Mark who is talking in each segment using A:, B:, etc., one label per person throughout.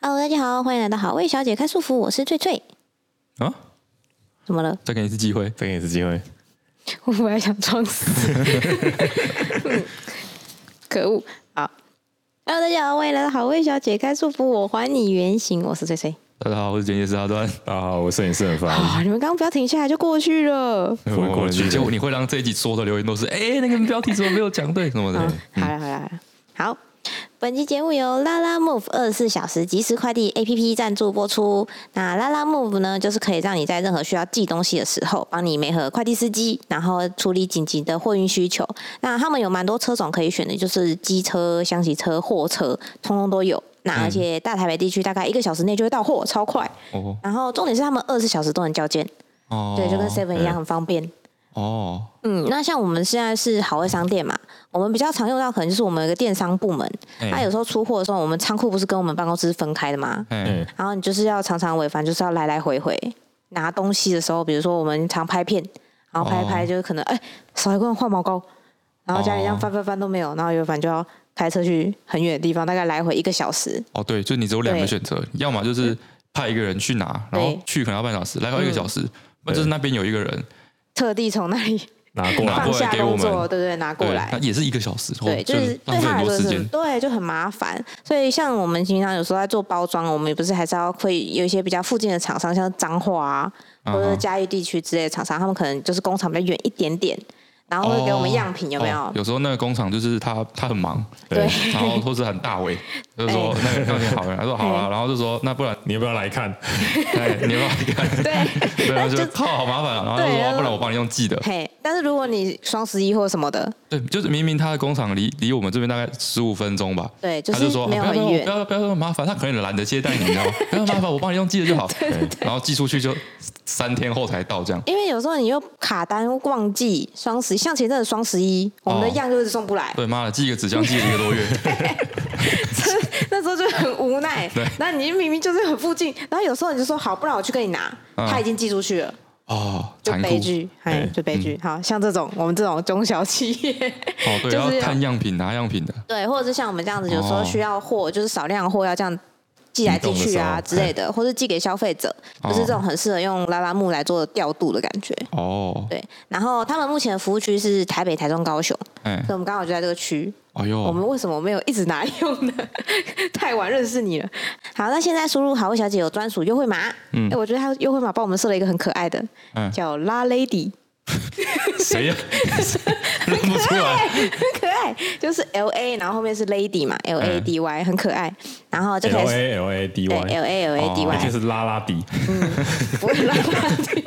A: Hello，大家好，欢迎来到好味小姐开束缚，我是翠翠。
B: 啊，
A: 怎么了？
B: 再给你一次机会。
C: 再给你一次机会。
A: 我本来想装死， 嗯可恶！好，Hello，大家好，欢迎来到好味小姐开束缚，我还你原形，我是翠翠。
B: 大家好，我是剪接师阿 端。
C: 大家啊好，我摄影师很烦。
A: 啊、你们刚刚不要停下来就过去了。
C: 我会过去的
B: 结果你会让这一集所有的留言都是，哎、那个标题怎么没有讲对嗯什 么的。
A: 好了好了好了，好。本期节目由拉拉 Move 二十四小时即时快递 APP 赞助播出。那拉拉 Move 呢，就是可以让你在任何需要寄东西的时候，帮你媒合快递司机，然后处理紧急的货运需求。那他们有蛮多车种可以选的，就是机车、厢型车、货车，通通都有。
B: 嗯
A: 那而且大台北地区大概一个小时内就会到货，超快。
B: 哦
A: 然后重点是他们二十四小时都能交件，
B: 哦，
A: 对，就跟 Seven 一样，很方便。
B: 哦，
A: 嗯，那像我们现在是好味商店嘛，我们比较常用到可能就是我们有一个电商部门，
B: 哎
A: 那、有时候出货的时候，我们仓库不是跟我们办公室分开的嘛，
B: 哎
C: 嗯，
A: 然后你就是要常常违反，就是要来来回回拿东西的时候，比如说我们常拍片，然后拍一拍
B: 哦
A: 就是可能哎、少一罐换毛膏，然后家里这样
B: 哦
A: 翻翻翻都没有，然后有反就要开车去很远的地方，大概来回一个小时，
B: 哦，对，就你只有两
A: 对
B: 个选择，要么就是派一个人去拿，然后
A: 对
B: 去可能要半小时，来到一个小时，那就是那边有一个人，
A: 特地从那里
C: 拿过
B: 拿
C: 来
A: 放
B: 过来
A: 下
B: 给我
A: 工
B: 们
A: 作，对对，拿过
B: 对
A: 来，
B: 那也是一个小时，
A: 对，
B: 哦
A: 就是对
B: 浪费
A: 他
B: 很
A: 来
B: 多
A: 说
B: 时
A: 是
B: 间。
A: 对就很麻烦。所以像我们平常有时候在做包装，我们也不是还是要会有一些比较附近的厂商，像彰化啊，
B: 嗯
A: 或者
B: 哼
A: 是嘉义地区之类的厂商，他们可能就是工厂比较远一点点，然后会给我们
B: 哦
A: 样品，有没有？
B: 哦有时候那个工厂就是他，他很忙，
A: 对，
B: 然后或是很大尾，就说那个样品好了，他说好啊，然后就说那不然
C: 你要不要来看？
B: 哎，你要不要一个人？
A: 对，
B: 对， 然后
A: 就
B: 就靠，好麻烦啊！然后就
A: 对
B: 说，
A: 然
B: 啊
A: 后
B: 不然我帮你用寄的。
A: 嘿，但是如果你双十一或什么的，
B: 对，就是明明他的工厂离离我们这边大概十五分钟吧。
A: 对就
B: 他
A: 是
B: 就说
A: 没有
B: 啊不要
A: 很远
B: 不要不要不要麻烦，他可能懒得接待你，你知道吗？不要麻烦，我帮你用寄的就 好。然后寄出去就三天后才到这样。
A: 因为有时候你又卡单忘记双十一，像前阵子双十一，我们的
B: 哦
A: 样就是送不来，
B: 对，妈的，寄一个纸箱寄了一个多 月，
A: 那时候就很无奈
B: 对。
A: 那你明明就是很附近，然后有时候你就说好，不然我去跟你拿，
B: 嗯
A: 他已经寄出去了。
B: 哦，
A: 就
B: 残酷
A: 悲剧，哎，就悲剧。好像这种我们这种中小企业，
B: 哦，对，
A: 就
B: 要
A: 是
B: 看样品拿样品的，
A: 对，或者是像我们这样子，有时候
B: 哦
A: 需要货，就是少量货要这样寄来寄去啊
C: 移动的时候
A: 之类的，或是寄给消费者，
B: 哦
A: 就是这种很适合用拉拉木来做调度的感觉。
B: 哦，
A: 对，然后他们目前的服务区是台北、台中、高雄，
B: 哎
A: 所以，我们刚好就在这个区。
B: 哎
A: 我们
B: 呦，
A: 为什么没有一直拿用呢？ 太晚认识你了。好，那现在输入好味小姐有专属优惠码，嗯，哎，我觉得她优惠码帮我们设了一个很可爱的，
B: 嗯
A: 叫拉 lady。
B: 谁呀？认不出 来，
A: 很可爱，就是 L A，然后后面是 Lady 嘛，L
B: 嗯
A: A D Y，、很可爱，然后就可以
C: L A L A D
A: 对
C: Y，
A: L A L A D
C: 而
A: Y，、
B: 哦
C: 且是拉拉 迪，
A: 不会拉拉迪，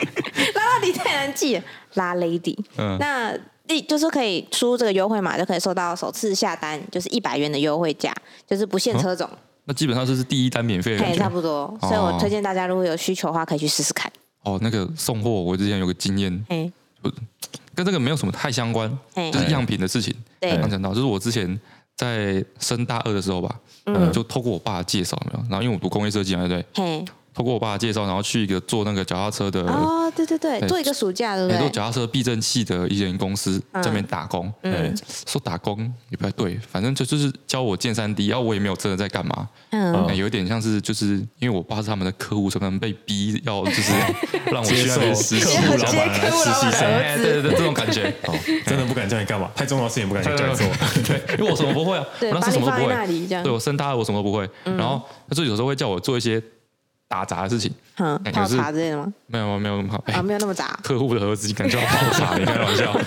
A: 拉拉迪太难记了，拉 Lady，、
B: 嗯
A: 那。第就是可以输这个优惠码，就可以收到首次下单就是一百元的优惠价，就是不限车种，
B: 那基本上就是第一单免费的
A: 嘿，
B: 感
A: 差
B: 觉。
A: 不多。所以我推荐大家，如果有需求的话，可以去试试看。
B: 哦，那个送货，我之前有个经验，
A: 嘿，
B: 跟这个没有什么太相关，
A: 嘿
B: 就是样品的事情。
A: 哎对
B: 刚讲到，就是我之前在升大二的时候吧，
A: 嗯
B: 就透过我爸的介绍，有没有然后因为我读工业设计嘛，对不对？
A: 嘿，
B: 透过我爸的介绍，然后去一个做那个脚踏车的，
A: 哦，对对对，
B: 对
A: 做一个暑假，对
B: 哎做
A: 不对？
B: 脚踏车避震器的一间公司，在那边打工。
C: 嗯，
B: 说打工也不太对，反正就就是教我建三 D，然后我也没有真的在干嘛，
A: 嗯，
C: 哦
B: 哎有一点像是就是因为我爸是他们的客户，所以他们被逼要就是 让我去那 边实习
C: 接受，
A: 客户
C: 老 板
A: 接客户老
C: 实习
A: 板
C: 生，
B: 哎对对对，这种感觉。哦
C: 真的不敢叫你干嘛，太重要的事情不敢叫你做。
B: 对，因为我什么不会啊，
A: 对
B: 我那时候什么都不
A: 把你放在那里
B: 会，
A: 这样嗯
B: 对我升大二我什么都不会，然后他就有时候会叫我做一些打杂的事情，
A: 嗯，
B: 哎
A: 泡
B: 可是
A: 茶之类的吗？
B: 没有没有那么好，哎
A: 啊，没有那么杂，
B: 客户的儿子感觉要泡茶，你开玩笑，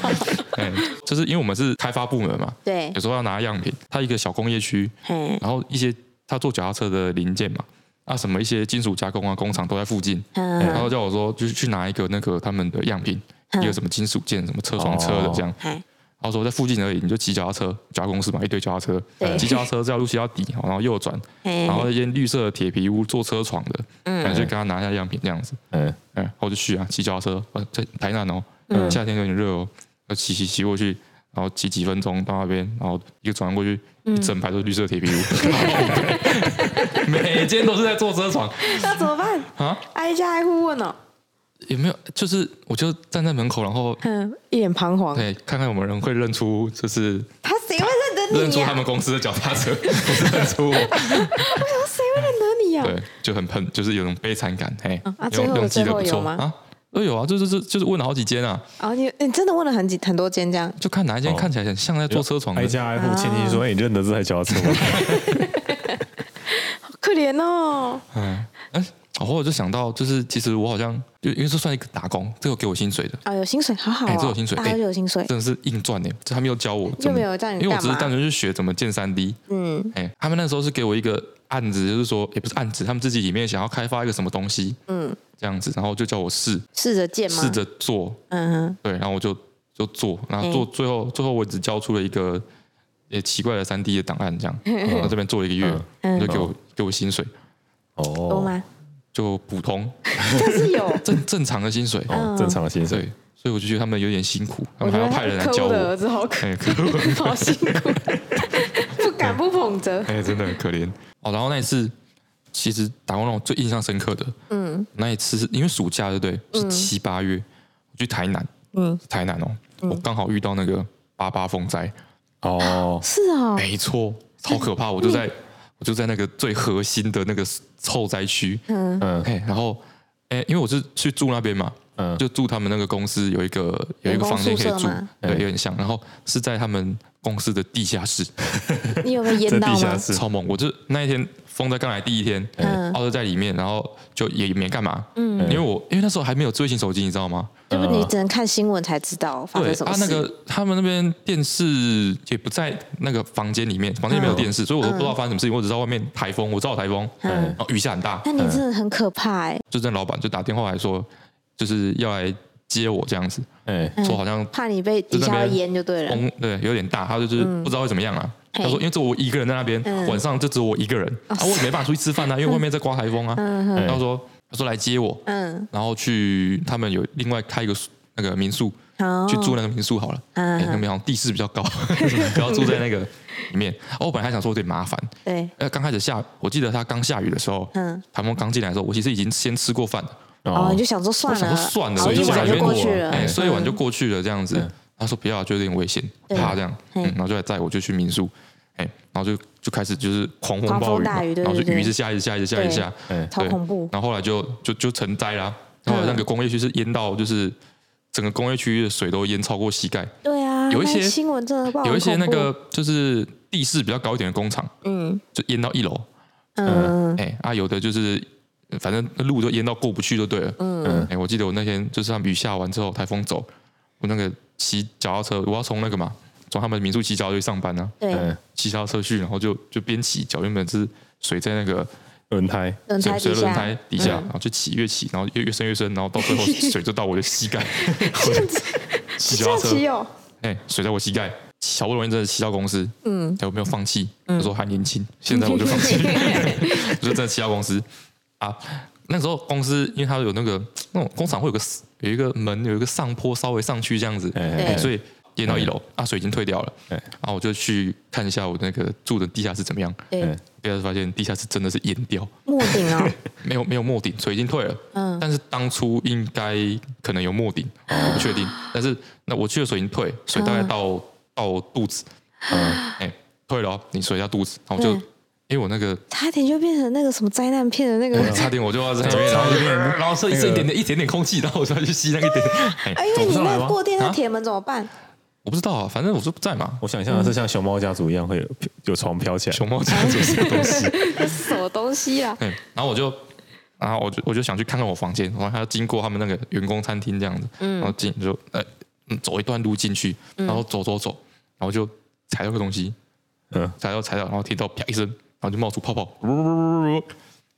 B: 哎，就是因为我们是开发部门嘛，
A: 对
B: 有，时候要拿样品，它一个小工业区，
A: 嘿，
B: 然后一些他做脚踏车的零件嘛，啊什么一些金属加工啊工厂都在附近，哎然
A: 嗯，
B: 后叫我说就是去拿一个那个他们的样品，
A: 嗯
B: 一个什么金属件什么车床车的这样，
A: 嗨，
B: 然后说在附近而已，你就骑脚踏车，脚踏公司嘛，一堆脚踏车
A: 对，
B: 骑脚踏车绕路骑到底，然后右转，
A: 嘿
B: 然后那间绿色的铁皮屋做车床的，嗯，就跟他拿一下样品这样子，
C: 嗯，
B: 哎，然后我就去啊，骑脚踏车，呃，在台南哦，
A: 嗯
B: 夏天有点热哦，要骑骑骑过去，然后骑几分钟到那边，然后一个转过去，
A: 嗯
B: 一整排都是绿色 铁皮屋， 每间都是在做车床
A: 那怎么办？
B: 啊，
A: 挨家挨户问哦，
B: 也没有，就是我就站在门口，然后
A: 嗯，一脸彷徨。
B: 对，看看有没有人会认出，就是
A: 他谁你
B: 认出
A: 啊
B: 他们公司的脚 踏车，不是认出我，
A: 哎谁会认得你啊？
B: 对，就很喷，就是有种悲惨感。哎、
A: 啊最
B: 用
A: 后
B: 用记
A: 最
B: 得
A: 后
B: 不错
A: 有吗
B: 啊，都有啊，就是就是就是问了好几间啊，
A: 哦，你你真的问了很几很多间这样，
B: 就看哪一间
C: 哦
B: 看起来很像在做车床
C: 挨
B: 的。
C: 家挨户千金说：“
A: 啊
C: 哎，你认得这台脚踏车 吗
A: 好可怜哦。
B: 嗯，哎、然后我就想到，就是其实我好像就因为这算一个打工，这个给我薪水的，
A: 啊、有薪水，好好、哦，
B: 哎这有薪水
A: 大家
B: 哎
A: 都有薪水，
B: 真的是硬赚呢、欸这他们又教我怎么，
A: 又没有叫你
B: 因为我
A: 干
B: 只是
A: 嘛
B: 单纯去学怎么建三 D。
A: 嗯
B: 哎、他们那时候是给我一个案子，就是说也不是案子，他们自己里面想要开发一个什么东西
A: 嗯，
B: 这样子，然后就叫我试
A: 试着见吗？
B: 试，着做，
A: 嗯
B: 对，然后我就就做，然后做、最后最后我只交出了一个也奇怪的三 D 的档案，这样，然后这边做了一个月，
A: 嗯
B: 就给我给我薪水，？”
A: 哼，多
C: 哦，
A: 吗？
B: 就普通
A: 但是有， 嗯
B: 正正常的薪水，
C: 哦，正常的薪水
B: 对，所以我就觉得他们有点辛苦，他
A: 我
B: 们
A: 觉
B: 还
A: 得
B: 要派人来
A: 客
B: 教
A: 户的
B: 我
A: 儿，子好可，
B: 哎，可
A: 好辛苦，不敢不捧着。
B: 哎，真的很可怜哦。然后那一次，其实打工让我最印象深刻的，嗯，那一次是因为暑假，对不对？是七八月，我去台南，
A: 嗯，
B: 台南哦，我刚好遇到那个八八风灾，
C: 哦，
A: 是哦，
B: 没错，超 可怕！我就在我就在那个最核心的那个臭灾区，
A: 嗯
C: 嗯
B: 嘿，然后哎、因为我是去住那边嘛，
C: 嗯，
B: 就住他们那个公司有一个有一
A: 员
B: 个
A: 工
B: 房间可以
A: 宿舍
B: 住
A: 吗，
B: 对，
C: 嗯
B: 有点像。然后是在他们公司的地下室，
A: 你有被淹
C: 在
A: 到
C: 地
A: 吗
C: 下？室
B: 超猛！我就那一天风灾刚来第一天，
A: 嗯
B: 奥、就在里面，然后就也没干嘛，
A: 嗯
B: 因为我因为那时候还没有最新手机，你知道吗？
A: 就不你只能看新闻才知道发
B: 嗯对
A: 生什么
B: 啊，
A: 事。
B: 那个他们那边电视也不在那个房间里面，房间里面有电视，所以我都不知道发生什么事情，我只知道外面台风，我知道有台风，
A: 嗯
B: 然，后雨下很大，
A: 那你真的很可怕哎、
B: 就这老板就打电话来说，就是要来接我这样子，
C: 哎，
A: 嗯
B: 说好像
A: 怕你被底
B: 就在那
A: 下
B: 边
A: 淹就对了。
B: 风对有点大，他就是不知道会怎么样啊。
A: 嗯嘿
B: 他说：“因为只有我一个人在那边，
A: 嗯哦
B: 晚上就只有我一个人，啊，我也没办法出去吃饭啊，因为外面在刮台风啊。
A: 嗯
B: 他说：“他说来接我，
A: 嗯，
B: 然后去他们有另外开一个宿那个民宿，
A: 好，
B: 去住那个民宿好了。
A: 哦嗯
B: 哎那边好像地势比较高， 不要住在那个里面。哦，我本来还想说有点麻烦，
A: 对，
B: 呃，刚开始下，我记得他刚下雨的时候，
A: 嗯
B: 台风刚进来的时候，我其实已经先吃过饭了，
A: 哦，你
C: 哦
A: 就，想说算
B: 我想
A: 了，
B: 说算了
A: 熬一
B: 所以
A: 晚哦就过
B: 就在那边
A: 去了。
B: 哎，所以晚就
A: 嗯
B: 过去了这样子。
C: 嗯
B: 他说不要，就有点危险，
A: 对
B: 怕这样，
A: 嘿
B: 嗯，然后就来载我就去民宿，哎，然后就就开始就是狂风
A: 狂风
B: 暴雨嘛，
A: 大雨对
B: 然后就
A: 对对
B: 雨一直下，一直下，一直下，一直下，
C: 哎，
A: 超
B: 对
A: 恐怖。嗯
B: 然后后来就就就成灾啦，然后那个工业区是淹到就是。整个工业区域的水都淹超过膝盖，
A: 对啊，
B: 有一些
A: 那新闻真的爆，
B: 有一些那个就是地势比较高一点的工厂
A: 嗯
B: 就淹到一楼，
A: 嗯
B: 哎、啊，有的就是呃反正那路都淹到过不去就对了。
A: 嗯，
B: 哎、我记得我那天就是他们雨下完之后，台风走，我那个骑脚踏车，我要从那个嘛，从他们民宿骑脚踏车去上班呢、
A: 对，
C: 嗯，
B: 骑脚踏车去，然后就就边骑，脚原本是水在那个
C: 轮胎，
A: 轮
B: 水
A: 胎
B: 水
A: 底
B: 轮
A: 下，嗯
B: 胎底下，然后就骑越骑，然后越越深越深，然后到最后 水就到我的膝盖，骑
A: 这
B: 脚
A: 样
B: 踏车，
A: 骑哦，
B: 哎、水在我膝盖，骑好不容易真的骑到公司，
A: 嗯，
B: 但我没有放弃，那时候还年轻，现在我就 放弃，我就真的骑到公司啊。那时候公司因为它有那个那种工厂会有个有一个门，有一个上坡，稍微上去这样子，
C: 哎
A: 对
C: 哎，
B: 所以淹到一楼，啊，水已经退掉了，
C: 哎
B: 然后我就去看一下我那个住的地下室怎么样，
A: 对
C: 哎，
B: 地下室发现地下室真的是淹掉，
A: 木顶哦，
B: 没有没有末顶，水已经退了。
A: 嗯
B: 但是当初应该可能有末顶，我不确定。但是那我去的水已经退，水大概到、到肚子，
C: 嗯，
B: 哎、退了、哦，你水到肚子，然后我就、
A: 嗯
B: 因为我那个
A: 差点就变成那个什么灾难片的那个，
B: 啊 差点我就要在那边，然后就然后剩剩一点点一点点空气，然后我就要去吸那个一点，哎、
A: 哎，因为你
C: 走不上来
A: 那
C: 吗
A: 过电那
B: 啊
A: 铁门怎么办？
B: 我不知道啊，反正我就不在嘛。
C: 我想象的是像熊猫家族一样，会有有床飘起来，
B: 熊猫家族是个东西，
A: 这是什么东西啊？
B: 对，然后我就，然后我就我就想去看看我房间，然后还要经过他们那个员工餐厅这样子，然后进就呃嗯走一段路进去，然后走走走，然后就踩到个东西，
C: 嗯，
B: 踩到踩到，然后听到啪一声，然后就冒出泡泡，呜呜呜呜呜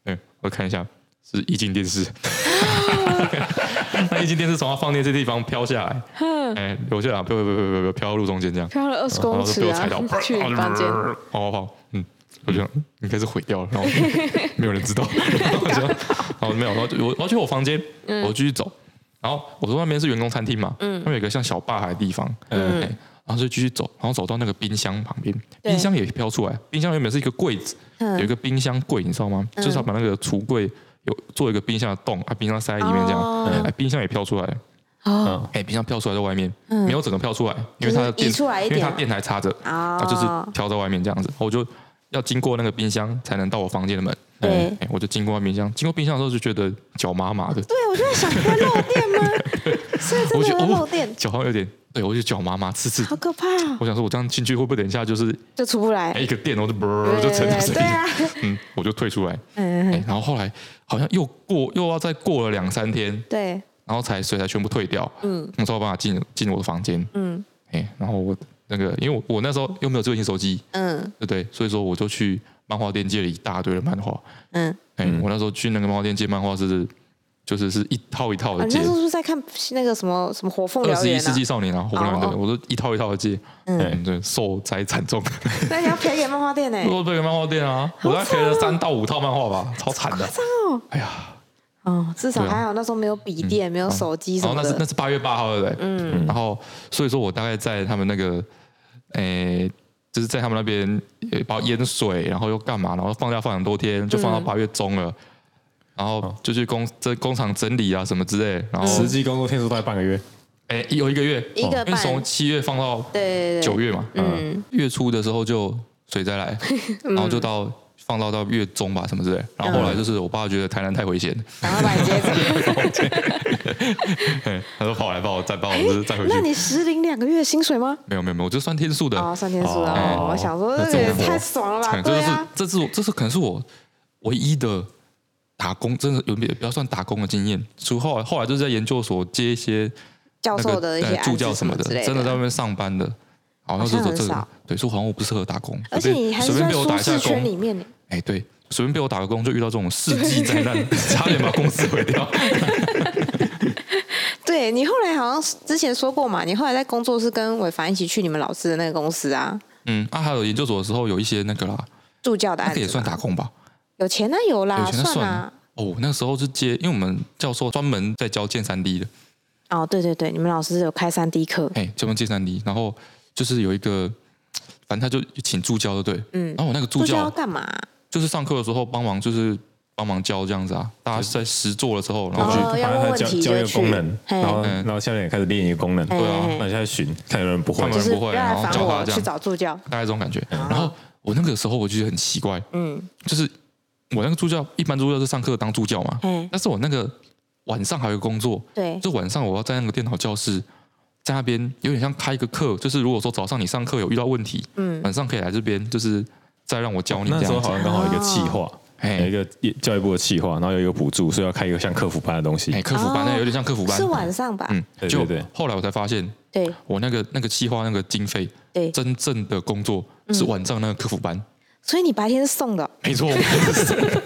B: 对，我看一下是液晶电视， 那液晶电视从它放电这地方飘下来，哎，留下来，飘飘飘飘飘飘飘到路中间这样，
A: 飘了二十
B: 然
A: 公
B: 后就
A: 尺
B: 被我踩
A: 啊
B: 到，，
A: 去你房间，
B: 跑跑跑，嗯，我觉得应该是毁掉了，然后没有人知道，然后我就，然后没有，然后就我我要去我房间，我继续走，然后我说那边是员工餐厅嘛，嗯，那边有个像小吧台的地方，嗯，然后就继续走，然后走到那个冰箱旁边，
A: 对
B: 冰箱也飘出来，冰箱原本是一个柜子，
A: 嗯
B: 有一个冰箱柜，你知道吗？就是他把那个橱柜有做一个冰箱的洞，啊，冰箱塞在里面这样，
A: 哦
B: 哎，冰箱也飘出来了。
D: 哦，
C: 嗯，
B: 哎，平常票出来在外面，没有整个票出来，因为它的
D: 嗯就是
B: 电
D: 移出来一
B: 因为
D: 点
B: 它电台插着，
D: 哦
B: 啊，就是挑在外面这样子，我就要经过那个冰箱才能到我房间的门。
D: 对
B: 哎，我就经过冰箱，经过冰箱的时候就觉得脚麻麻的，
D: 对，我就在想会漏电 吗？所以真
B: 我
D: 的
B: 觉得
D: 会
B: 哦
D: 漏电，
B: 脚好像有点，对我就脚麻麻刺刺
D: 好
B: 的。
D: 可怕
A: 哦
D: 啊！
B: 我想说，我这样进去会不会等一下就是
D: 就出不来
B: 哎，一个电，然后就
D: 对
B: 啵就沉到水
D: 对啊
B: 里，嗯，我就退出来。
D: 嗯，
B: 哎，然后后来好像又过又要再过了两三天，
D: 对，
B: 然后才水才全部退掉，嗯，我才有办法进进我的房间，
D: 嗯
B: 哎、然后我那个因为我我那时候又没有智慧型手机，
D: 嗯
B: 对不对？所以说我就去漫画店借了一大堆的漫画，
D: 嗯。
B: 哎、我那时候去那个漫画店借漫画是就是是一套一套
D: 啊
B: 的
D: 你
B: 借
D: 那时，候是不是在看那个什么什么《火凤燎
B: 二十一
D: 原》
B: 世纪
D: 啊？
B: 少年啊，我
D: 哦
B: 们
D: 哦
B: 对，我都一套一套的借，嗯，对，受灾惨 重，
D: 那你要赔给漫画店呢、
B: 我赔给漫画店啊，我大概赔了三到五套漫画吧，超惨的，哎呀。
D: 哦，至少
B: 对啊
D: 还好那时候没有笔电，没有手机什
B: 然后
D: 么
B: 哦那是
D: 的
B: 那。是八月八号，对不对？嗯。然后所以说我大概在他们那个，诶、就是在他们那边呃把我淹水，然后又干嘛，然后放假放很多天，就放
D: 嗯
B: 到八月中了。然后就去工这工厂整理啊什么之类，然后
C: 实际工作天数大概半个月，
B: 诶、有一个月，
D: 嗯
B: 哦
D: 一个
B: 因为
D: 半
B: 从七月放到
D: 对对对，
B: 九月嘛，
D: 嗯
B: 月初的时候就水灾 来，然后就到放到到月中吧什么之类，然后后来
D: 嗯
B: 就是我爸觉得台南太危险，
D: 然后把你直 接走。
B: 嘿他说跑来把我再把我就是再回去
D: 那，你实领两个月薪水吗？
B: 没有没有没有，我就算天数的，
D: 哦，算天数了。
C: 哎
D: 哦我想说，
C: 那
D: 这个也
C: 怎么活
D: 太爽了吧？
B: 这
D: 对
B: 就是、
D: 啊，
B: 这是我这是可能是我唯一的打工，真的有比不要算打工的经验。除后来后来就是在研究所接一些
D: 教
B: 那
D: 授
B: 个
D: 的一些
B: 呃
D: 案子
B: 助教什么
D: 么之类
B: 真的在外面上班的。好像
D: 好像
B: 是
D: 很
B: 这这
D: 少
B: 个，对，说好像我不适合打工，
D: 而
B: 随
D: 且
B: 便
D: 你还是
B: 随便
D: 在
B: 被我
D: 舒
B: 打一下
D: 适圈里
B: 工，
D: 面呢。
B: 哎，对，随便被我打个工就遇到这种世纪灾难，差点把公司毁 掉。
D: 对你后来好像是之前说过嘛，你后来在工作是跟伟凡一起去你们老师的那个公司啊，
B: 嗯，啊，还有研究所的时候有一些那个啦，
D: 助教的
B: 那
D: 案
B: 个也
D: 子
B: 算
D: 嘛。
B: 打工吧，
D: 有钱啊，有啦，
B: 有钱那算
D: 啊。
B: 哦，那时候是接，因为我们教授专门在教建三 D 的，
D: 哦，对对对，你们老师有开三 D 课，
B: 哎，专门借三 D，然后就是有一个，反正他就请助教，对不对？
D: 嗯
B: 然后我那个助
D: 助教
B: 教啊
D: 要干嘛？啊
B: 就是上课的时候帮忙，就是帮忙教这样子啊，大家在实做的时候，然后去、
D: 哦要
C: 反正
D: 问
C: 他
D: 问
C: 教
D: 题
C: 教一
D: 就
C: 个
D: 去
C: 功能，
D: 嘿
C: 然后
B: 嗯
C: 然后下面也开始练一个功能，
D: 嘿
B: 对啊
D: 嘿
C: 那你现在寻看有人不会
B: 他，
D: 就
B: 们
D: 是
B: 不会
D: 要来
B: 然后
D: 烦
B: 教他
D: 我，
B: 这样
D: 去找助教。
B: 大概这种感觉。然后我那个时候我就觉得很奇怪，
D: 哦嗯，
B: 就是我那个助教，一般助教是上课当助教嘛，
D: 嘿，
B: 但是我那个晚上还有一个工作，
D: 对，
B: 就晚上我要在那个电脑教室，在那边有点像开一个课，就是如果说早上你上课有遇到问题，
D: 嗯，
B: 晚上可以来这边，就是再让我教你这
C: 哦那时候
B: 样子
C: 好。像刚好有一个企划，
D: 哦
B: 哎
C: 有一个教育部的企划，然后有一个补助，所以要开一个像客服班的东西
B: 哎、，客服班、
D: 哦
B: 那有点像客服班，
D: 是晚上吧？
B: 嗯，
C: 对
B: 就
C: 对对
B: 后来我才发现，
D: 对
B: 我那个那个计划那个经费，
D: 对，嗯
B: 真正的工作是晚上那个客服班。
D: 所以你白天是送的哦，
B: 没 错，我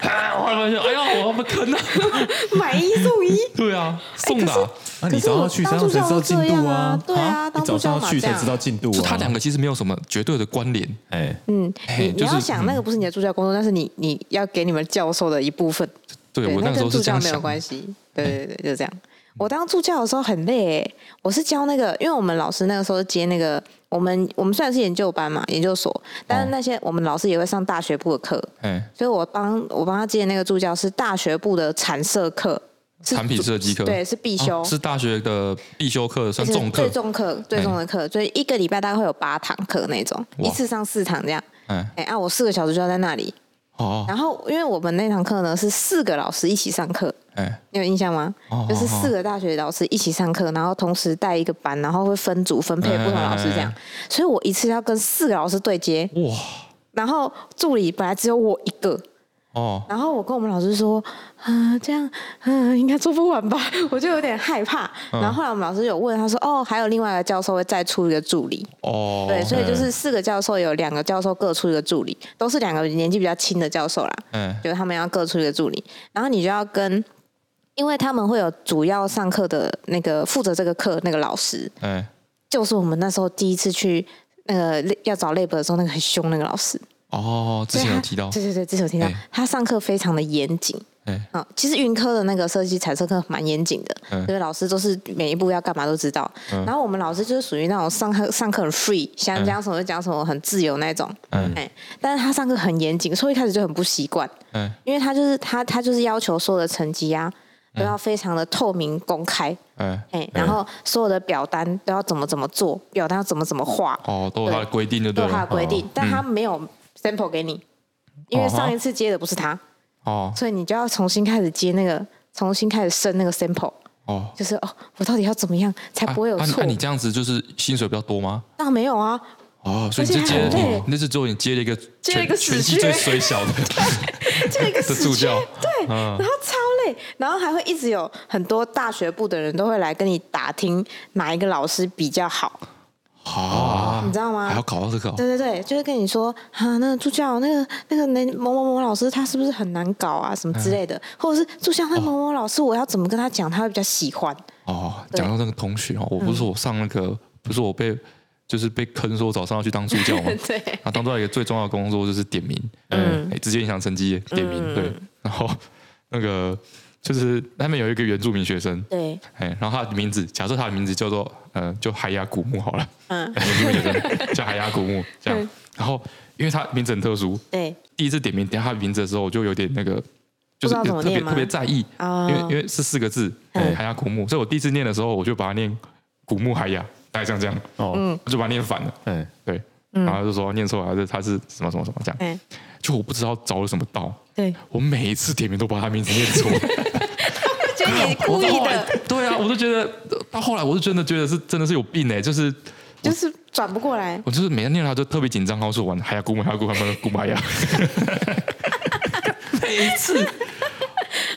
B: 哎我发现，哎呀，我要被坑了。
D: 买一送一。
B: 对啊，送的啊、
C: 那
D: 可
C: 你
D: 是
C: 早
D: 我
C: 上去才
D: 当助
C: 知
D: 教
C: 道
D: 都
C: 进
D: 这样
C: 度
D: 啊，对啊，
C: 你
D: 当助
C: 早
D: 教
C: 上
D: 嘛
C: 去
D: 这
C: 才
D: 样
C: 知道进度
B: 就
C: 啊，
B: 他两个其实没有什么绝对的关联。
C: 哎，
D: 嗯，你
B: 嘿
D: 你
B: 就是
D: 要想
B: 嗯
D: 那个不是你的助教工作，但是你你要给你们教授的一部分，
B: 对我那
D: 那
B: 个时
D: 跟
B: 候
D: 助
B: 是这
D: 教
B: 样
D: 没
B: 想
D: 有
B: 的。嗯
D: 关系。对对对，就这样。我当助教的时候很累欸、我是教那个，因为我们老师那个时候接那个，我们我们虽然是研究班嘛，研究所，但是那些我们老师也会上大学部的课，
B: 哎，
D: 所以我帮我帮他接的那个助教是大学部的产设课，是
B: 产品设计课
D: 对，是必修，
B: 哦是大学的必修课，算
D: 是
B: 重课嗯
D: 最。重课最重的课，所以一个礼拜大概会有八堂课那种，
B: 哇
D: 一次上四堂这样。
B: 哎，
D: 哎、啊，我四个小时就要在那里，
B: 哦，
D: 然后因为我们那堂课呢是四个老师一起上课，
B: 哎，
D: 你有印象吗？
B: 哦
D: 就是四个大学老师一起上课，然后同时带一个班，然后会分组分配不同老师这样
B: 嗯，
D: 所以我一次要跟四个老师对接，
B: 哇，
D: 然后助理本来只有我一个，
B: 哦，
D: 然后我跟我们老师说，嗯、这样，嗯、应该做不完吧， 我就有点害怕。
B: 嗯
D: 然后后来我们老师有问，他说，哦，还有另外一个教授会再出一个助理，
B: 哦，
D: 对，所以就是四个教授有两个教授各出一个助理，都是两个年纪比较轻的教授啦，
B: 哎，
D: 就是他们要各出一个助理，然后你就要跟。因为他们会有主要上课的那个负责这个课那个老师，
B: 哎，
D: 就是我们那时候第一次去那个要找 lab 的时候，那个很凶那个老师，
B: 哦，之
D: 对
B: 前有
D: 他
B: 提到，
D: 对对对，之前有提到
B: 哎，
D: 他上课非常的严谨，
B: 哎，
D: 啊，其实云科的那个设计彩色课蛮严谨的，
B: 嗯
D: 就是老师都是每一步要干嘛都知道。
B: 嗯
D: 然后我们老师就是属于那种上课上课很 free，想讲什么就讲什么，很自由那种。
B: 嗯
D: 哎，但是他上课很严谨，所以一开始就很不习惯，
B: 哎，
D: 因为他就是他他就是要求所有的成绩啊，
B: 嗯
D: 都要非常的透明公开，
B: 哎，
D: 哎、然后所有的表单都要怎么怎么做，表单要怎么怎么画，
B: 哦，都有它的规定就对嗯
D: 都有
B: 了，
D: 他的规定，但他没有 sample 给你，因为上一次接的不是他，
B: 哦
D: 所以你就要重新开始接那个，重新开始生那个 sample，
B: 哦，
D: 就是哦，我到底要怎么样才不会有
B: 啊啊
D: 错？
B: 啊你这样子就是薪水比较多吗？
D: 那没有啊，
B: 哦，所以
D: 而
B: 你
D: 且
B: 就接
D: 很累
B: 那是只有你接了一个
D: 接了一个
B: 全全
D: 死
B: 系
D: 缺
B: 最水小 的
D: 这个
B: 的
D: 死
B: 助
D: 缺
B: 教，嗯
D: 对，然后超累，然后还会一直有很多大学部的人都会来跟你打听哪一个老师比较好，
B: 哦啊，
D: 你知道吗
B: 还要搞到这个哦
D: 对对对，就是跟你说啊，那个助教，那个那个那某某某老师他是不是很难搞啊，什么之类的，
B: 哎
D: 或者是助教那某某老师，我要怎么跟他讲，他会比较喜欢？
B: 哦。
D: 对嗯
B: 讲到那个同学哦，我不是我上那个，不是我被就是被坑说早上要去当助教嘛，
D: 对，
B: 那当中一个最重要的工作就是点名，嗯，哎直接影响成绩耶，
D: 嗯
B: 点名、对。然后那个就是他们有一个原住民学生，
D: 对，
B: 哎，然后他的名字，假设他的名字叫做呃，就海牙古木好了，
D: 嗯，
B: 原住民学生叫海牙古木这样
D: 嗯。
B: 然后因为他名字很特殊，
D: 对，
B: 第一次点名点他的名字的时候，我就有点那个，就
D: 不知
B: 是
D: 道怎么
B: 特别
D: 念吗
B: 特别在意，
D: 哦
B: 因为因为是四个字，
D: 嗯
B: 哎海牙古木，所以我第一次念的时候，我就把它念古木海牙，大概像这样，
D: 嗯
C: 哦，
B: 我就把它念反了。
C: 哎，
B: 对，然后他就说念错了，还是他是什么什么什么这样，
D: 哎，
B: 就我不知道着了什么道，
D: 对，
B: 我每一次点名都把他名字念 错，
D: 觉得你
B: 我
D: 故
B: 到
D: 意
B: 后来
D: 的，
B: 对啊，我就觉得到后来我就真的觉得是真的是有病哎、就是
D: 就是转不过来。
B: 我就是每天念他就特别紧张，然后说完还要古木还要古木还要古玛呀， 每一次，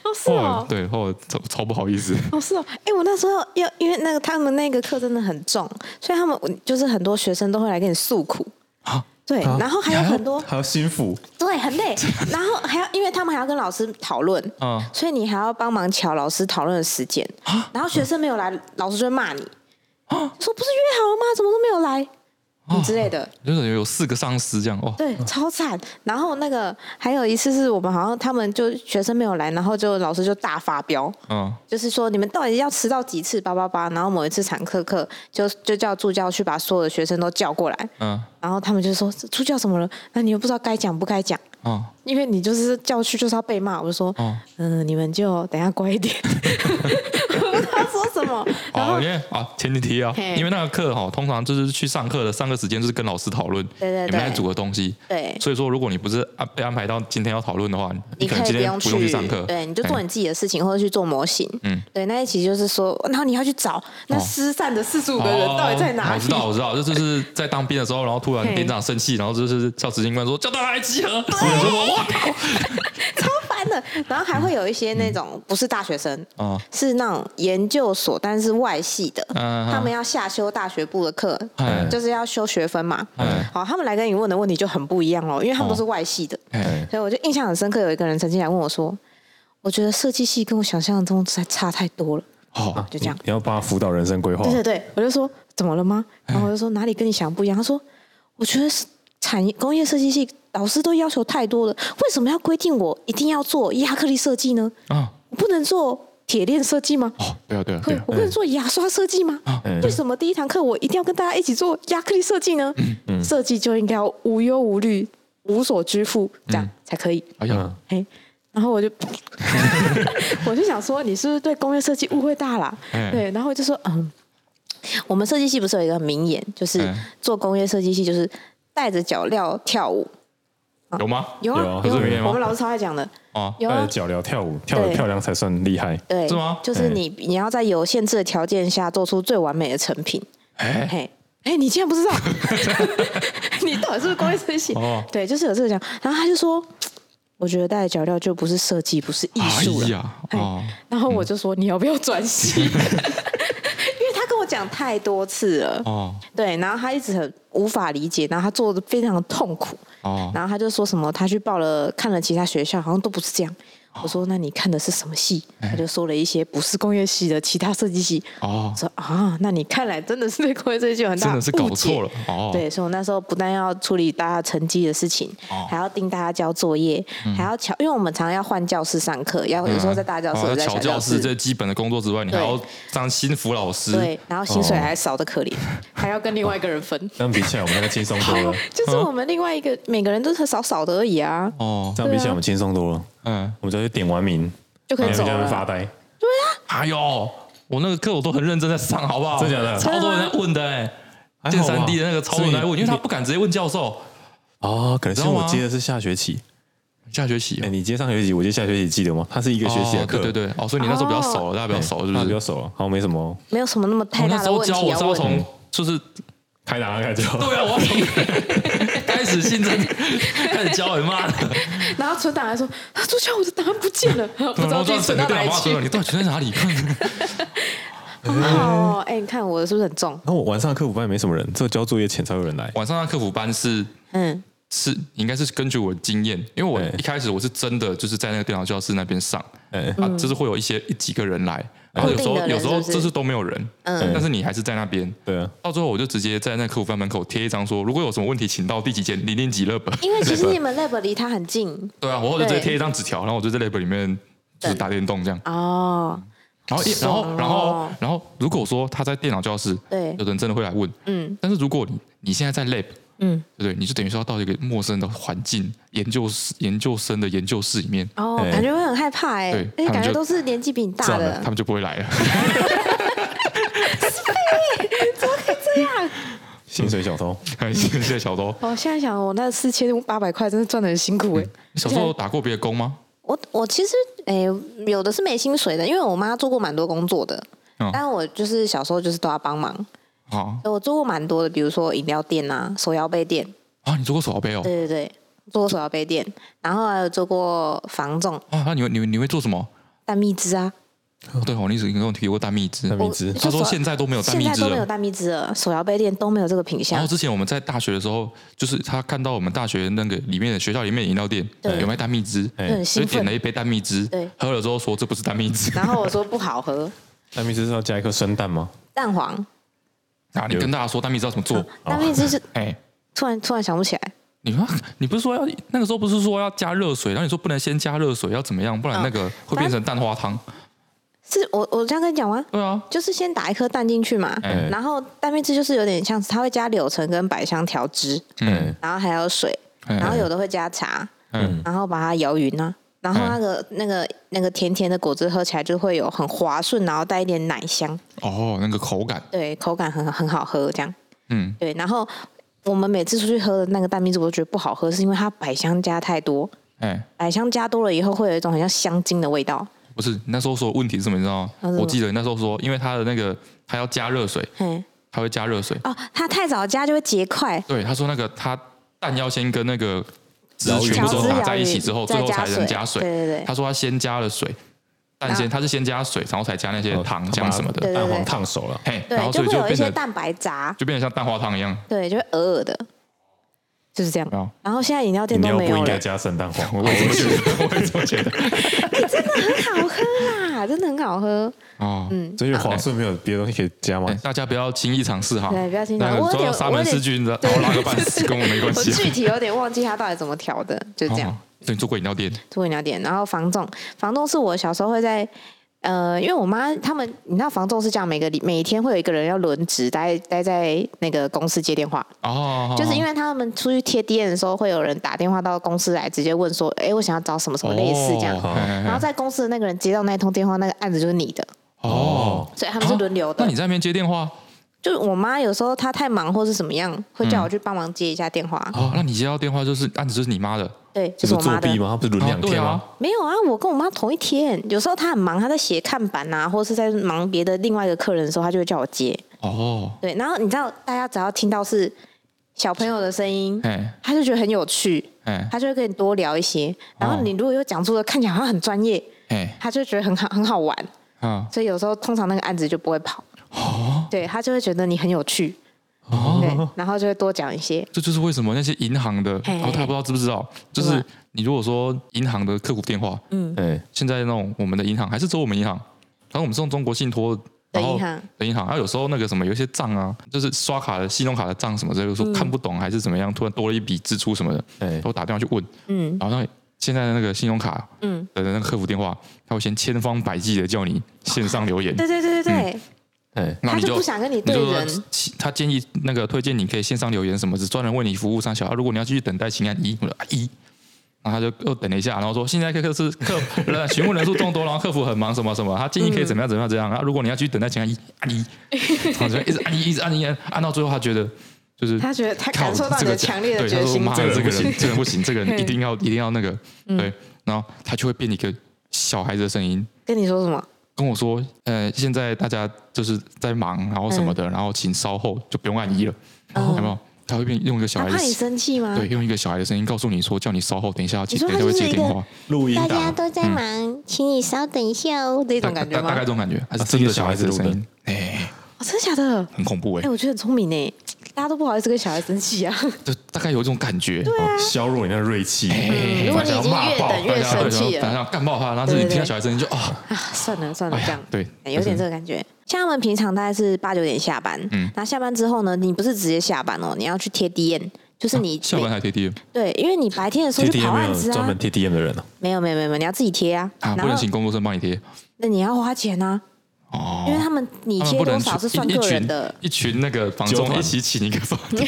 D: 哦，是
B: 哦
D: 哦，，
B: 对，哦，超超不好意思，
D: 哦，是哦，哎、我那时候要因为那个他们那个课真的很重，所以他们就是很多学生都会来跟你诉苦
B: 啊。
D: 对，然后还有很多
C: 还有心腹，
D: 对，啊很累，然后还要，因为他们还要跟老师讨论，
B: 嗯
D: 所以你还要帮忙瞧老师讨论的时间，然后学生没有来，老师就会骂你，说不是约好了吗？怎么都没有来，之类的，
B: 就是有四个上司这样哦，
D: 对，超惨。然后那个还有一次是我们好像他们就学生没有来，然后就老师就大发飙，
B: 嗯，
D: 就是说你们到底要迟到几次？叭叭叭。然后某一次产科课就就叫助教去把所有的学生都叫过来，
B: 嗯
D: 然后他们就说这助教怎么了？那你又不知道该讲不该讲。
B: 嗯
D: 因为你就是叫去就是要被骂，我就说，嗯
B: 哦、
D: 你们就等一下乖 一点。我不知道说什么，然后
B: 哦，因为啊，前提提啊
D: 嘿，
B: 因为那个课哈，通常就是去上课的，上课时间就是跟老师讨论
D: 对对
B: 你们在
D: 对
B: 组的东西。
D: 对
B: 所以说，如果你不是安被安排到今天要讨论的话，
D: 你
B: 可
D: 可
B: 能
D: 以
B: 今
D: 不
B: 天
D: 用
B: 不
D: 去，
B: 用去上课，
D: 对，你就做
B: 哎
D: 你自己的事情，或者去做模型。嗯
B: 嗯，
D: 对，那一期就是说，然后你要去找那
B: 哦
D: 失散的四十五个人到底在哪
B: 哦我 知道，
D: 里。
B: 我知道，这就是在当兵的时候，然后突然
D: 嘿
B: 连长生气，然后就是叫执行官说叫大家来集合，我就说哇靠，
D: 超烦的，然后还会有一些那种不是大学生，
B: 哦
D: 是那种研究所，但是外系的，
B: 嗯嗯
D: 他们要下修大学部的课，
B: 哎
D: 嗯就是要修学分嘛
B: 哎。
D: 好，他们来跟你问的问题就很不一样哦，因为他们都是
B: 哦
D: 外系的，
B: 哎
D: 所以我就印象很深刻，有一个人曾经来问我说：“我觉得设计系跟我想象中差差太多了。
B: 好，
D: 就这样
C: 你，你要帮他辅导人生规划
D: 对，对对，我就说怎么了吗？
B: 哎
D: 然后我就说哪里跟你想不一样？他说我觉得是产业工业设计系老师都要求太多了，为什么要规定我一定要做亚克力设计呢？
B: 啊
D: 我不能做铁链设计吗？
B: 哦，对啊对啊对
D: 对
B: 啊，，
D: 我不能做牙刷设计吗？
C: 嗯
D: 为什么第一堂课我一定要跟大家一起做亚克力设计呢？设计就应该要无忧无虑、无所拘束，这样才可以。
B: 哎呀
C: 嗯，
D: 哎，然后我就， 我就想说，你是不是对工业设计误会大了？
B: 哎
D: 对，然后我就说，嗯，我们设计系不是有一个名言，就是
B: 哎
D: 做工业设计系就是带着脚镣跳舞。
B: 嗯有吗？
C: 有
D: 有
C: 啊，
D: 啊
B: 有这名言吗
D: 我们老师超爱讲的，
B: 哦，
D: 有
C: 带
D: 啊
C: 着，脚镣跳舞，跳得
D: 对
C: 漂亮才算厉害。
D: 对，
B: 是吗
D: 就是你你要在有限制的条件下做出最完美的成品。
B: 哎
D: 嘿，哎，你竟然不 知道？你到底是不是工业设计系？
B: 哦
D: 对，就是有这个讲。然后他就说，我觉得带脚镣就不是设计，不是艺
B: 哎
D: 术了。哎
B: 呀哦，
D: 然后我就说，你要不要转系？ 因为他跟我讲太多次了。
B: 哦
D: 对，然后他一直很无法理解，然后他做的非常的痛苦，
B: 哦
D: 然后他就说什么他去报了看了其他学校，好像都不是这样。
B: 哦
D: 我说那你看的是什么系？他就说了一些不是工业系的其他设计系。
B: 哎哦
D: 我，说啊，那你看来真的是对工业设计系有很大
B: 真的是搞
D: 误解
B: 错了哦
D: 对，所以我那时候不但要处理大家成绩的事情，
B: 哦嗯
D: 还要盯大家交作业，还要瞧，因为我们常常要换教室上课，要有时候在大教室，有时候
B: 哦
D: 在
B: 小
D: 小
B: 教
D: 室
B: 室，这基本的工作之外，你还
D: 对
B: 要当心服老师，
D: 对，然后薪水
B: 哦
D: 还少的可怜，还要跟另外一个人分。
C: 这样比起来，我们那个轻松 多 了。
D: 就是我们另外一个每个人都是少少的而已啊，
B: 哦
C: 这样比起来，我们轻松多了。
B: 嗯。
C: 我们就去点完名，
D: 就可
C: 然
D: 以
C: 后
D: 走
C: 就在那边发
D: 了。
C: 呆。
D: 对
B: 哎呦，我那个课我都很认真在上，好不好？
C: 真的假的
B: 超多人在问的哎、
C: 还好
B: 剑
C: 吧
B: 三 D 的那个超多人在问，因为他不敢直接问教授。
C: 哦，可能是
B: 知道
C: 我
B: 吗
C: 接的是下学期，
B: 下学期
C: 哎，你接上学期，我接下学期，记得吗？它是一个
B: 哦
C: 学期的课，哎
B: 对对对，哦，所以你那时候比较熟了，大家比较熟，是不
C: 那
B: 是？
C: 比较熟了，好像没什么
A: 没有什么那么
B: 我
A: 太
B: 哦
A: 大
B: 那时
A: 的
B: 候
A: 问
B: 教
A: 题
B: 我
A: 要
B: 是要
A: 问。
B: 从就是
C: 开打开 就。
B: 对啊，我要从 开始新增开始教人妈的，
D: 然后存档还说啊朱乔我的档案不见 了，不知
B: 然
D: 道
B: 后
D: 自己存到哪里去。
B: 你到底存在哪里？
A: 哦，哎、
B: 嗯
A: 你看我的是不是很重？
C: 然后我晚上的课辅班也没什么人，只有交作业前才有人来。
B: 晚上那客服班是
A: 嗯，
B: 是应该是根据我的经验，因为我
C: 对
B: 一开始我是真的就是在那个电脑教室那边上，
C: 哎，
B: 啊，就是会有一些一几个人来，然后有时
A: 嗯固
B: 候
A: 定的人
B: 有时
A: 是
B: 候
A: 不是
B: 这次都没有人，
A: 嗯
B: 但是你还是在那边。
C: 对啊，
B: 到最后，我就直接在那客服班门口贴一张说，如果有什么问题，请到第几间零零几 lab。
A: 因为其实你们 lab 离他很近
B: 对啊，我就直接
A: 对
B: 贴一张纸条，然后我就在 lab 里面就是打电动这样。
A: 哦，
B: 然后一，然
A: 爽
B: 后，
A: 哦
B: 然后，然后，如果说他在电脑教室，
A: 对
B: 有人真的会来问，
A: 嗯
B: 但是如果你你现在在 lab，
A: 嗯，
B: 对不对？你就等于说要到一个陌生的环境，研究室、研究生的研究室里面，
A: 哦，
C: 哎
A: 感觉会很害怕哎、
B: 对
A: 而且
B: 他们
A: 感觉
B: 就
A: 都是年纪比你大
C: 这样
A: 的
C: 的
B: 他，们就不会来了。
C: 薪水小偷，
B: 谢谢小偷。
D: 哦，现在想我那四千八百块真的赚的很辛苦哎、
B: 小时候打过别的工吗？
A: 我我其实诶、有的是没薪水的，因为我妈做过蛮多工作的，
B: 嗯
A: 但我就是小时候就是都要帮忙，
B: 啊
A: 我做过蛮多的，比如说饮料店啊、手摇杯店，
B: 啊！你做过手摇杯哦？
A: 对对对，做过手摇杯店，然后还有做过房仲、
B: 啊，那你会你会你会做什么？
A: 蛋蜜汁啊，
B: 哦对哦，你只跟我提过大蜜汁
C: 蛋，蜜
A: 我
C: 汁
A: 就
B: 他说
A: 手
B: 现在都没有蛋
A: 现
B: 蜜
A: 在
B: 汁
A: 都没有
B: 了。哦
A: 蛋蜜汁了，手摇杯店都没有这个品
B: 然
A: 相
B: 后，之前我们在大学的时候，就是他看到我们大学那个里面的学校里面的饮料店
A: 对
B: 有卖蛋蜜汁，
A: 就很
B: 所
A: 兴
B: 以点
A: 奋
B: 了。一杯蛋蜜汁
A: 对，
B: 喝了之后说这不是蛋蜜汁，
A: 然后我说不好喝，
C: 蛋蜜汁是要加一颗生蛋吗？
A: 蛋黄
B: 啊，你跟大家说蛋蜜汁要怎么做？
A: 蛋蜜汁是
B: 哎，
A: 突然突然想不起来，
B: 你说你不是说要那个时候不是说要加热水，然后你说不能先加热水，要怎么样，不然那
A: 嗯
B: 个会变成蛋花
A: 啊
B: 汤。
A: 是我我这样跟你讲吗？
B: 对啊，
A: 就是先打一颗蛋进去嘛，
B: 哎
A: 然后蛋蜜汁就是有点像是它会加柳橙跟百香调汁，
B: 嗯，
A: 然后还有水，
B: 哎
A: 然后有的会加茶，
B: 嗯
A: 然后把它摇匀啊。然后那
B: 哎
A: 个那个那个甜甜的果汁喝起来就会有很滑顺，然后带一点奶香，
B: 哦，那个口感，
A: 对，口感很很好喝这样。
B: 嗯，
A: 对，然后我们每次出去喝的那个蛋蜜汁，我都觉得不好喝，是因为它百香加太多，
B: 哎。
A: 百香加多了以后会有一种很像香精的味道。
B: 不是，你那时候说问题是什么？你知道吗？
A: 啊是什么
B: 我记得你那时候说，因为它的那个它要加热水，
A: 嘿，
B: 它会加热水。
A: 哦，它太早加就会结块，
B: 对，他说那个它蛋要先跟那个汁全
A: 调
B: 部都
A: 汁
B: 打
A: 摇
B: 在一起
A: 匀
B: 之后，最
A: 再
B: 后才能加
A: 水。
B: 水。
A: 对对
B: 他说他先加了水，蛋先他是先加水，然后才加那些糖
C: 哦把
B: 浆什么的。
A: 对对
C: 蛋
A: 对
C: 黄烫熟了。
B: 嘿，
A: 对
B: 然
A: 对，
B: 后
A: 就
B: 所以
A: 会
B: 就
A: 有一
B: 变
A: 些
B: 成
A: 蛋白杂，
B: 就变成像蛋花汤一样。
A: 对，就会偶尔的，就是这样
B: 没有。
A: 然后现在饮料店
C: 饮
A: 都
C: 料
A: 没
C: 不
A: 有
C: 应
A: 了
C: 该，加生蛋黄，
B: 我我也觉得， 我也这 么觉得。
A: 好喝啦，真的很好喝。
B: 哦，嗯，
C: 所以滑顺没有别的东西可以加吗？
B: 大家不要轻易尝试哈。
A: 对不要轻易
B: 那个
A: 尝试我有
B: 说到
A: 点
B: 沙
A: 我
B: 门
A: 有点
B: 氏菌，然后拉个半死，跟我没关
A: 我
B: 系。啊
A: 具体有点忘记它到底怎么调的，就这样
B: 哦。对，你做过饮料店，
A: 做饮料店，然后房仲，房仲是我小时候会在。呃，因为我妈他们，你知道房仲是这样，每个礼每天会有一个人要轮值待待在那个公司接电话，
B: 哦，
A: 就是因为他们出去贴 D N 的时候，会有人打电话到公司来，直接问说，哎、我想要找什么什么类似这样，
B: 哦嘿嘿嘿
A: 然后在公司的那个人接到那一通电话，那个案子就是你的，
B: 哦，
A: 所以他们是轮流的。
B: 那你在那边接电话
A: 就是我妈有时候她太忙或是怎么样，会
C: 嗯
A: 叫我去帮忙接一下电话。
B: 哦，那你接到电话就是案子就是你妈的，
A: 对，就
C: 这
A: 是
C: 不
A: 我
C: 是作
A: 妈的
C: 弊。吗？他不是轮两
B: 哦对
C: 天
B: 啊
C: 吗？，
A: 没有啊，我跟我妈同一天。有时候她很忙，她在写看板啊，或是在忙别的另外一个客人的时候，她就会叫我接。
B: 哦，
A: 对，然后你知道，大家只要听到是小朋友的声音，
B: 哎
A: 她就觉得很有趣，
B: 哎
A: 她就会跟你多聊一些。然后你
C: 哦
A: 如果又讲出了看起来好像很专业，
B: 哎
A: 她就觉得很好很好玩。
B: 啊
A: 所以有时候通常那个案子就不会跑。哦，对她就会觉得你很有趣，对
B: 哦，，
A: 然后就会多讲一些。
B: 这就是为什么那些银行的，
A: 嘿啊
B: 然后他不知道知不知道，就是你如果说银行的客服电话，
A: 嗯
C: 哎，
B: 现在那种我们的银行还是走我们银行，然后我们是用中国信托。
A: 的
B: 然后
A: 银行
B: 的银行，啊然后有时候那个什么，有一些账啊，就是刷卡的、信用卡的账什么之类的，
A: 嗯
B: 说看不懂还是怎么样，突然多了一笔支出什么的，
C: 哎
B: 我打电话去问，
A: 嗯
B: 然后那现在的那个信用卡，嗯，的那个客服电话，他会先千方百计的叫你线上 留言，
A: 对对对对对。
C: 哎，
B: 那你
A: 他就不想跟你对
B: 就说
A: 人
B: 他建议那个推荐你可以线上留言什么，只专人为你服务上小。啊如果你要继续等待，请按一，我说啊一，然后他就又等了一下，然后说现在客客是客人询问人数众多，然后客服很忙什么什么，他建议可以怎么样怎么样怎么样。然后如果你要去等待，请按一按一，然后就一直按一一直按一按，按到最后他觉得就是
D: 他觉得他
B: 靠
D: 感受到你
B: 这个
D: 的强烈的
B: 对，他
D: 决
B: 说
D: 心
B: 妈
C: 这
B: 的
C: 个
B: 这个
C: 人
B: 人
C: 不行
B: 这个人不行，这个人一定要一定要那个对，然后他就会变一个小孩子的声音，
A: 跟你说什么？
B: 跟我说，呃，现在大家就是在忙，然后什么
A: 嗯
B: 的，然后请稍后，就不用按一了，有没有？他会变用一个小
A: 哦他
B: 孩
A: 怕
B: 的，
A: 哎你生气吗？
B: 对，用一个小孩的声音告诉你说，叫你稍后，等一下要接，
A: 你说
B: 等
A: 他
B: 一下
A: 就
B: 会
A: 是
B: 接
A: 一个
B: 电话，
C: 录音
A: 大家
C: 档，嗯
A: 都在忙，请你稍等一下哦，这
B: 大
A: 种感觉
B: 大大概
A: 吗
B: 这？种感觉，还是
C: 啊这
B: 真
C: 个
B: 的
C: 小
B: 小
C: 孩
B: 孩
C: 子
B: 子的
C: 录的
B: 声音，哎，
D: 哦真的假的？
B: 很恐怖哎
A: 哎，，我觉得很聪明呢，大家都不好意思跟小孩生气啊。
B: 就大概有一种感觉，
C: 削弱你的锐气。
B: 哎，
A: 嗯
D: 如果你已经
C: 骂
D: 越
C: 爆
D: 等
B: 大
D: 越
B: 家
D: 生
B: 会
D: 气
B: 想
D: 了，
B: 要干爆他，然后自己听到小孩声音就啊，
A: 啊，算了算了，
B: 哎
A: 这
B: 呀
A: 样，
B: 对，
A: 哎有点这个感觉。像他们平常大概是八九点下班，
B: 嗯
A: 那下班之后呢，你不是直接下班哦，你要去贴 D N，就是你
B: 啊下
A: 每
B: 班还贴 D
A: 对，因为你白天的时候
C: T
A: 就
C: D
A: 跑
C: M
A: 案
C: 有
A: 子
C: 专
A: 啊
C: 门，贴 D M 的 人哦，
A: 没有没有没有没有，你要自己贴啊，
B: 啊，
A: 然
B: 不
A: 后
B: 能请工作生帮你贴
A: 那你要花钱啊，
B: 哦，
A: 因为他们你
B: 他们
A: 贴
B: 不
A: 多
B: 能
A: 少是算
B: 一一
A: 个
B: 群
A: 人的。
B: 一群那个房
C: 纠
B: 中
C: 团
B: 一起请一个房间，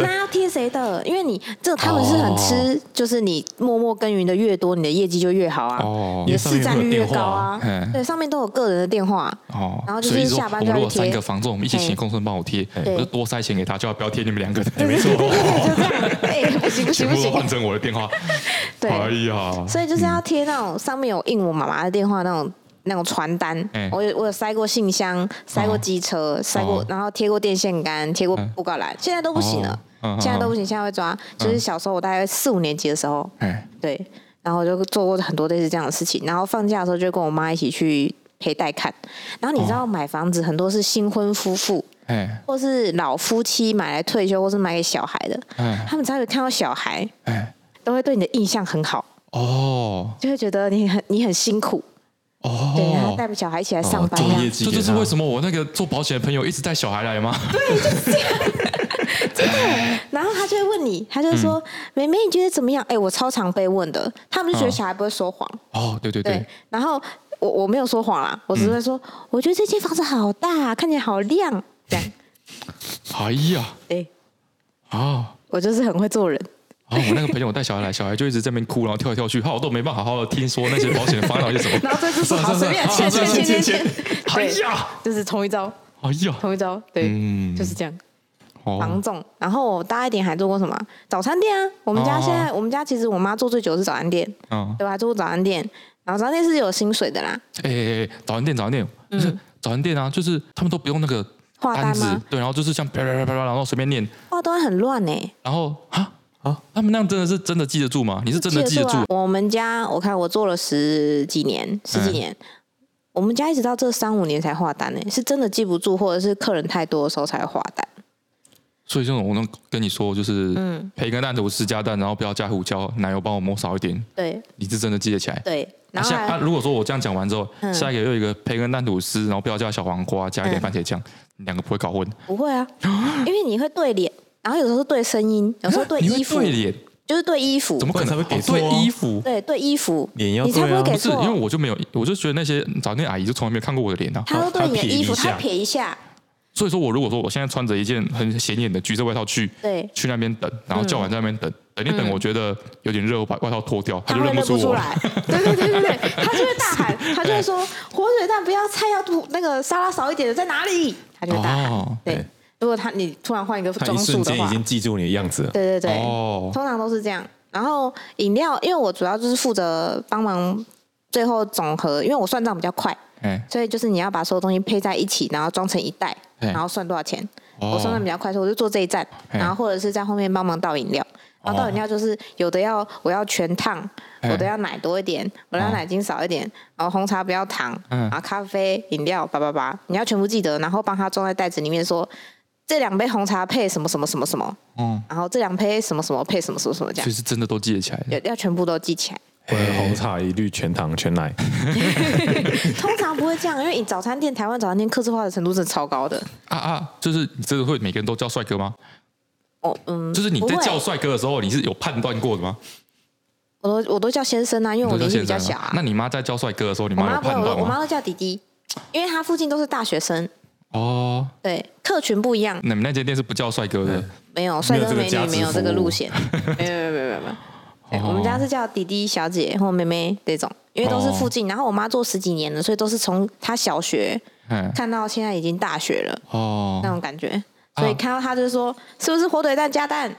A: 那要贴谁的？因为你这他们是
B: 哦
A: 很吃，就是你默默耕耘的越多，你的业绩就越好啊，
B: 哦
A: 你的市占率越高啊
B: 因为上面会有电话。
A: 对，上面都有个人的电话，
B: 哦，
A: 然后就
B: 所以
A: 是
B: 说
A: 下班
B: 我
A: 就
B: 们如
A: 要
B: 果
A: 去贴
B: 三个房中，我们一起请公孙帮我贴，
A: 对
B: 我就多塞钱给他，就要不要贴你们两个的，
A: 对 对对对，就这样，哎，不行不行
B: 全
A: 不
B: 部都
A: 行，
B: 换成我的电话。哎
A: 对，
B: 呀，
A: 所以就是要贴那种上面有印我妈妈的电话那种。那种传单，
B: 哎
A: 我有我有塞过信箱，塞过机车，塞过
B: 哦，
A: 然后贴过电线杆，贴过
B: 嗯
A: 布告栏，现在都不行了，
B: 哦嗯嗯嗯
A: 现在都不行，现在会抓。就是小时候我大概四五年级的时候，
B: 哎，
A: 对，然后我就做过很多类似这样的事情。然后放假的时候就跟我妈一起去陪带看。然后你
B: 哦
A: 知道买房子很多是新婚夫妇
B: 哎，
A: 或是老夫妻买来退休或是买给小孩的，
B: 哎，
A: 他们只要有看到小孩，
B: 哎，
A: 都会对你的印象很好，
B: 哦，
A: 就会觉得你很你很辛苦，对，然后
B: 哦。
A: 带小孩一起来上班
C: 哦
A: 呀、
C: 作业
A: 啊。
C: 绩
B: 这
C: 给他
B: 就是为什么我那个做保险的朋友一直带小孩 来吗？
A: 然后他就会问你，他就会
B: 嗯
A: 说：“妹妹，你觉得怎么样？”哎，我超常被问的，他们就觉得
B: 嗯
A: 小孩不会说谎，
B: 哦，对对嗯
A: 对
B: 对，，
A: 然后我我没有说谎啦，我只会说，我觉得这间房子好大，看起来好 亮，这样。
B: 哎呀，
A: 对，
B: 啊，
A: 我就是很会做人。
B: 啊，我那个朋友带小孩来，小孩就一直在那边哭，然后跳来跳去，哈，我都没办法好好地听说那些保险的烦恼是什么。
A: 然后这次说好随便，签签签签签，对，就是同一招，
B: 哎呀，
A: 同一招，对，
B: 嗯
A: 就是这样。
B: 哦
A: 防，重，然后我大一点还做过什么？早餐店啊，我们家现
B: 哦
A: 在、我们家其实我妈做最久的是早餐店，
B: 嗯，
A: 对吧？做过早餐店，然后早餐店是有薪水的啦，
B: 哎哎哎，早餐店，早餐店，就是早餐店啊，就是他们都不用那个
A: 画
B: 单
A: 单
B: 子
A: 吗？，
B: 对，然后就是像啪啪啪啪啪，然后随便念，
A: 画单很乱欸呢、
B: 然后啊啊，他们那样真的是真的记得住吗？你是真的记得住嗯
A: 啊？我们家我看我做了十几年，十几年，我们家一直到这三五年才画单呢、欸是真的记不住，或者是客人太多的时候才会画单。
B: 所以这种我能跟你说，就是培根蛋吐司加蛋，然后不要加胡椒，奶油帮我抹少一点，
A: 对
B: 你是真的记得起来。
A: 对，
B: 那
A: 然后
B: 下
A: 还、
B: 啊，如果说我这样讲完之后，
A: 嗯
B: 下一个又有一个培根蛋吐司，然后不要加小黄瓜，加一
A: 嗯
B: 点番茄酱，你两个不会搞混。
A: 不会啊，
B: 哦
A: 因为你会对脸，然后有时候是对声音，有时候对
B: 你会
A: 衣服，
B: 对脸，
A: 就是对衣服，
B: 怎么可能
C: 不然才会给
B: 哦
C: 错啊
B: 对衣服？
A: 对对衣服，
C: 脸要
A: 你才不
C: 对
A: 会
C: 啊
A: 给
B: 不是，
A: 错，
B: 因为我就没有，我就觉得那些早那阿姨就从来没有看过我的脸啊。
A: 他都对你的
C: 他撇
A: 衣服，
C: 一下
A: 他撇一下，
B: 所以说我如果说我现在穿着一件很显眼的橘色外套去
A: 对，
B: 去那边等，然后叫完在那边等，等一等，我觉得有点热，我把外套脱掉，
A: 嗯他
B: 就
A: 会
B: 认
A: 认
B: 出
A: 不出
B: 我。
A: 来，对对对对对，他就会大 喊，他就会说火腿蛋不要菜要多那个沙拉少一点的在哪里？他就会大
B: 哦
A: 喊，对
C: 对。
A: 如果他你突然换一个
C: 他
A: 装
C: 一瞬
A: 束的
C: 间已
A: 话，
C: 经记住你的样子了。
A: 对对对，
B: 哦
A: 通常都是这样。然后饮料，因为我主要就是负责帮忙最后总和，因为我算账比较快，
B: 哎，
A: 所以就是你要把所有东西配在一起，然后装成一袋，
B: 哎
A: 然后算多少钱。
B: 哦
A: 我算的比较快，所以我就做这一站，
B: 哎
A: 然后或者是在后面帮忙倒饮料。
B: 哦
A: 然后倒饮料就是有的要我要全烫，
B: 哎
A: 我的要奶多一点，我的要
B: 哦
A: 奶精少一点，然后红茶不要糖，
B: 嗯
A: 然后咖啡饮料叭叭叭，你要全部记得，然后帮他装在袋子里面说。这两杯红茶配什么什么什么什么，
B: 嗯，
A: 然后这两杯什么什么配什么什么什么这
B: 所
A: 样
B: 以，是真的都记得起来的。
A: 要要全部都记起来。
C: 我的红茶一律全糖全奶，
A: 啊通常不会这样，因为你早餐店台湾早餐店客制化的程度是超高的。
B: 啊啊，就是你真的会每个人都叫帅哥吗？
A: 哦，嗯，
B: 就是你
A: 不
B: 在
A: 会
B: 叫帅哥的时候，你是有判断过的吗？
A: 我都我都叫先生啊，因为我
B: 你都
A: 年纪
B: 叫
A: 比较
B: 先生
A: 小
B: 啊
A: 啊。
B: 那你妈在叫帅哥的时候，你
A: 我
B: 妈
A: 妈
B: 有
A: 不会，
B: 判
A: 我
B: 断
A: 我妈
B: 吗？
A: 都叫弟弟，因为她附近都是大学生，
B: 哦，
A: 对，客群不一样，
B: 你们那间店是不叫帅哥的
A: 没有帅
C: 没有
A: 哥
C: 这个
A: 美
C: 价
A: 女，
C: 值
A: 没有这个
C: 服务
A: 路线，没有没有没有没有没有，对，我
B: 哦
A: 们家是叫弟弟、小姐或妹妹这种，因为都是附近。然后我妈做十几年了，所以都是从她小学
B: 嗯
A: 看到现在已经大学了那
B: 哦
A: 种感觉。所以
B: 啊
A: 看到她就说：“是不是火腿蛋加蛋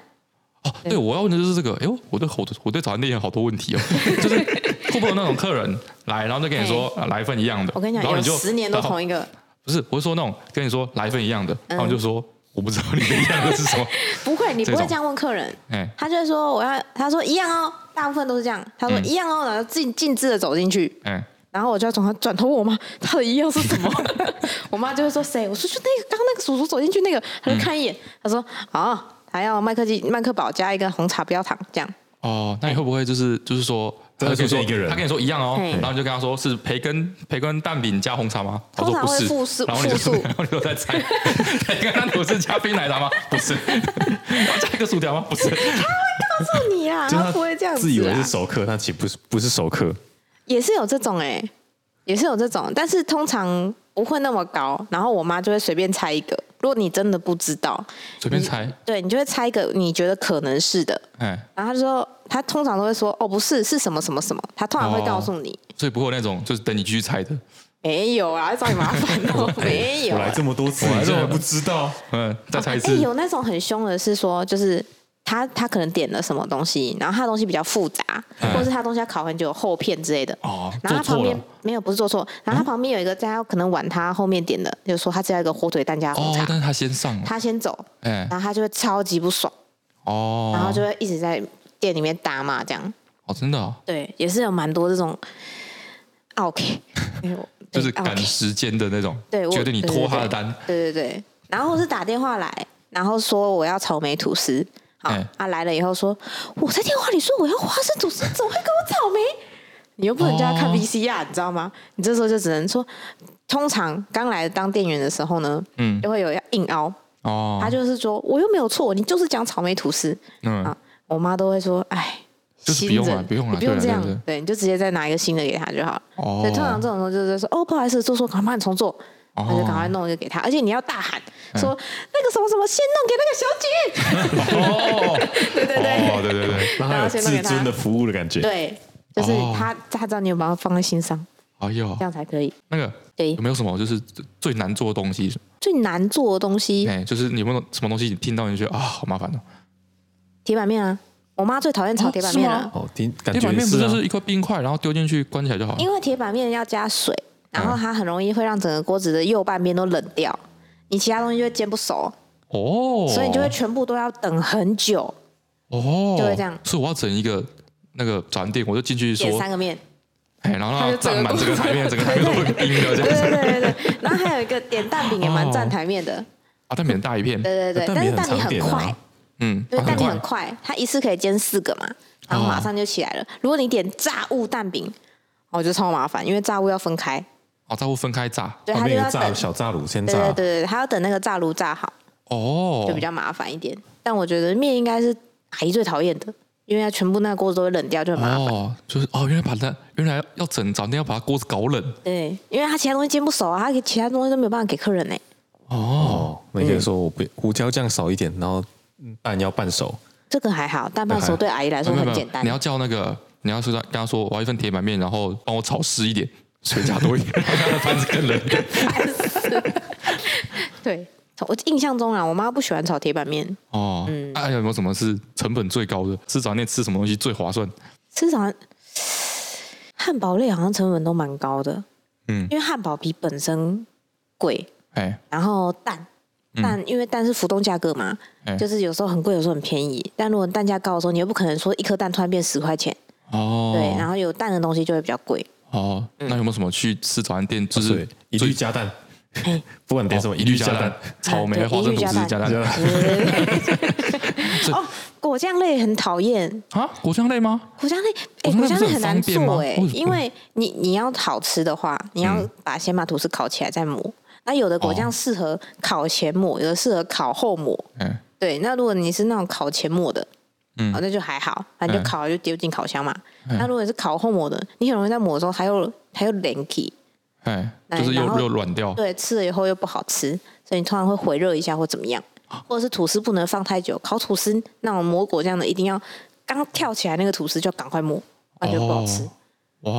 B: 哦，对，我要问的就是这个。哎呦，我对火我对早餐店有好多问题哦， 就是会不会有那种客人来，然后就跟你说啊来一份一样的？”，
A: 哎我跟你讲，
B: 然后
A: 有
B: 你就
A: 十年都同一个，嗯
B: 不是，我是说那种跟你说来一份一样的，然后你就说我不知道你的一样的是什么，
A: 不会，你不
B: 这
A: 会
B: 种
A: 这样问客人。
B: 哎，
A: 他就会说我要，他说一样哦，大部分都是这样。他说
B: 嗯
A: 一样哦，然后径径自的走进去，
B: 哎，
A: 然后我就要从他转头问我妈，他的一样是什么？ 我妈就会说谁？我说就那个刚刚那个叔叔走进去那个，他就看一眼，他说哦，还要麦克鸡麦克堡加一个红茶不要糖，这样
B: 哦，那你会不会就是就是说？
C: 真的
B: 他跟你说
C: 就这一个人
B: 他跟你说一样哦
A: 嘿，
B: 然后你就跟他说是培根培根蛋饼加红茶吗？他
A: 通
B: 说
A: 常
B: 不
A: 会
B: 是，
A: 复数
B: 然后你就
A: 复数
B: 然后你就在猜，培根蛋吐司加冰奶茶吗？不是， 然后加一个薯条吗？不是，
A: 是你啦，
C: 就是
A: 啊他不会这样
C: 自以
A: 子啊
C: 为
A: 啦
C: 是，熟客，他其实不是不是熟客。
A: 也是有这种哎、也是有这种，但是通常不会那么高。然后我妈就会随便猜一个，如果你真的不知道，
B: 随便猜，
A: 对你就会猜一个你觉得可能是的，
B: 哎，
A: 然后他就说，他通常都会说，哦，不是，是什么什么什么，他通常会告诉你，
B: 所以不会有那种就是等你继续猜的，
A: 没有啊，找你麻烦哦， 没有
C: 我来
A: 啊。
C: 这么多次，
B: 我来
C: 你
B: 这
C: 竟
B: 么
C: 然不知道？
B: 嗯，再猜一
A: 哎，
B: 次，
A: 有那种很凶的是说，就是他他可能点了什么东西，然后他的东西比较复杂，或者是他的东西要烤很久厚片之类的。
B: 哎哦
A: 然后他
B: 做错
A: 旁边
B: 了嗯
A: 没有不是做错，然后他旁边有一个在他可能晚他后面点的，就说他只要一个火腿蛋加红
B: 哦
A: 茶，，
B: 但是他先上了，
A: 他先走，
B: 哎，
A: 然后他就会超级不爽，
B: 哦，
A: 然后就会一直在店里面打骂这样。
B: 哦，真的哦，
A: 对，也是有蛮多这种 OK，没有
B: 就是
A: 对哦
B: 赶
A: OK
B: 时间的那种，
A: 对，我
B: 觉得你拖他的单，，
A: 对对对对对对，然后是打电话来，然后说我要草莓吐司，好，啊他、
B: 哎
A: 来了以后说我在电话里说我要花生吐司，怎么会给我草莓？你又不能叫他看
B: 哦
A: VCR，、你知道吗？你这时候就只能说，通常刚来当店员的时候呢，
B: 嗯
A: 就，会有要硬凹，
B: 哦，
A: 他就是说我又没有错，你就是讲草莓吐司，
B: 嗯
A: 啊，我妈都会说，哎，
B: 就是
A: 新
B: 不用
A: 人
B: 啦不用啦
A: 你不用
B: 对啦啊
A: 这样
B: 对啦，
A: 对，你就直接再拿一个新的给他就好了。
B: 哦
A: 所以通常这种时候就是说，哦，不好意思，做错，赶快帮你重做，
B: 哦
A: 他就赶快弄一个给他，而且你要大喊
B: 嗯
A: 说那个什么什么先弄给那个小姐，
B: 哦，
A: 对对
B: 哦，
A: 对
B: 对对对，
C: 让他有自尊的服务的感觉。
A: 对，就是
B: 哦
A: 他他知道你有把它放在心上，
B: 哎呦
A: 这，样才可以。
B: 那个
A: 对
B: 有，没有什么就是最难做的东西？
A: 最难做的东西，
B: 哎，就是你有没有什么东西你听到你就觉得啊好麻烦哦？
A: 铁板面啊，我妈最讨厌炒铁板面啊了、
C: 哦，听感
B: 铁
C: 觉
B: 板
C: 也
B: 面不
C: 是啊
B: 就是一块冰块，然后丢进去关起来就好了
A: 因？为铁板面要加水，然
B: 嗯
A: 后它很容易会让整个锅子的右半边都冷掉，你其他东西就会煎不熟。
B: 哦，
A: 所以你就会全部都要等很久，
B: 哦，
A: 就会这样
B: 所以我要整一个那个转店，我就进去说
A: 点，三个面，
B: 哎，然后让
D: 他
B: 它
D: 就整
B: 占
D: 个
B: 满整个台 面，整个台面都会冰的这
A: 对
B: 样子
A: 对对对对。然后还有一个点蛋饼也蛮占台面的，
B: 啊，但免大一片，
A: 对
C: 哎
A: 对对。但是蛋饼很
C: 啊
A: 快，
B: 嗯，
A: 对
B: 啊
A: 蛋饼
B: 快
A: 很快，它一次可以煎四个嘛，然后马上就起来了。如果你点炸物蛋饼，哦，就超麻烦，因为炸物要分开，
B: 哦，再会分开炸，
A: 对，
C: 旁
A: 它就
C: 边有
A: 要
C: 个
A: 等
C: 炸，小炸炉先
A: 对
C: 炸
A: 对对，对，它要等那个炸炉炸好，
B: 哦，
A: 就比较麻烦一点。但我觉得面应该是阿姨最讨厌的，因为它全部那个锅子都会冷掉，就很麻烦。
B: 哦，就是哦，原来把它原来要整早店要把它锅子搞冷
A: 对，因为它其他东西煎不熟啊，它其他东西都没有办法给客人呢。欸
B: 哦，
C: 哦，那个说我不胡椒酱少一点，然后嗯蛋要半熟。
A: 这个还好，但半熟对阿姨来说
B: 没有
A: 很
B: 没有
A: 简，单
B: 你。要叫那个你要说他跟他说我要一份铁板面，然后帮我炒湿一点，水加 多一点，让他的盘子更冷一点。
A: 对，我印象中啊，我妈不喜欢炒铁板面，
B: 哦，
A: 嗯
B: 哎、有没有什么是成本最高的？吃早店吃什么东西最划算？
A: 吃啥汉堡类好像成本都蛮高的，
B: 嗯
A: 因为汉堡皮本身贵，
B: 哎
A: 然后蛋蛋、因为蛋是浮动价格嘛，
B: 嗯哎，
A: 就是有时候很贵，有时候很便宜。但如果蛋价高的时候，你又不可能说一颗蛋突然变十块钱，
B: 哦，
A: 对，然后有蛋的东西就会比较贵。
C: 嗯
B: 哦，那有没有什么去吃早餐店就
C: 所以
B: 是
C: 哦一律加蛋，
A: 哎
C: 不啊管点什么
B: 哦
C: 一律加
B: 蛋
C: 蛋。、
B: 草莓、
A: 对
B: 花
A: 一
B: 生
A: 律
B: 吐
A: 加
B: 司
A: 蛋
B: 加蛋
A: 对对对 对哦，果酱类很讨厌，
B: 啊？果酱类吗？
A: 果酱类，哎、
B: 果
A: 果
B: 酱
A: 酱
B: 类不
A: 类很
B: 是很
A: 难
B: 方便吗
A: 做哎、
B: 为什么
A: 因为你你要好吃的话，你要把先把吐司烤起来再
B: 嗯
A: 抹。那有的果酱适合烤前
B: 哦
A: 抹，有的适合烤后抹。
B: 哎，
A: 对，那如果你是那种烤前抹的，
B: 嗯
A: 哦，那就还好，那你就
B: 嗯
A: 烤了就丢进烤箱嘛。
B: 嗯
A: 那如果你是烤后抹的，你很容易在抹的时候还有还有连体，
B: 哎，
A: 来
B: 就是又
A: 然后
B: 又软掉。
A: 对，吃了以后又不好吃，所以你通常会
B: 哦
A: 回热一下或怎么样，或者是吐司不能放太久，烤吐司那种抹果酱的一定要刚跳起来那个吐司就赶快抹，完全不好吃。
C: 哦
A: 嗯
B: 哇，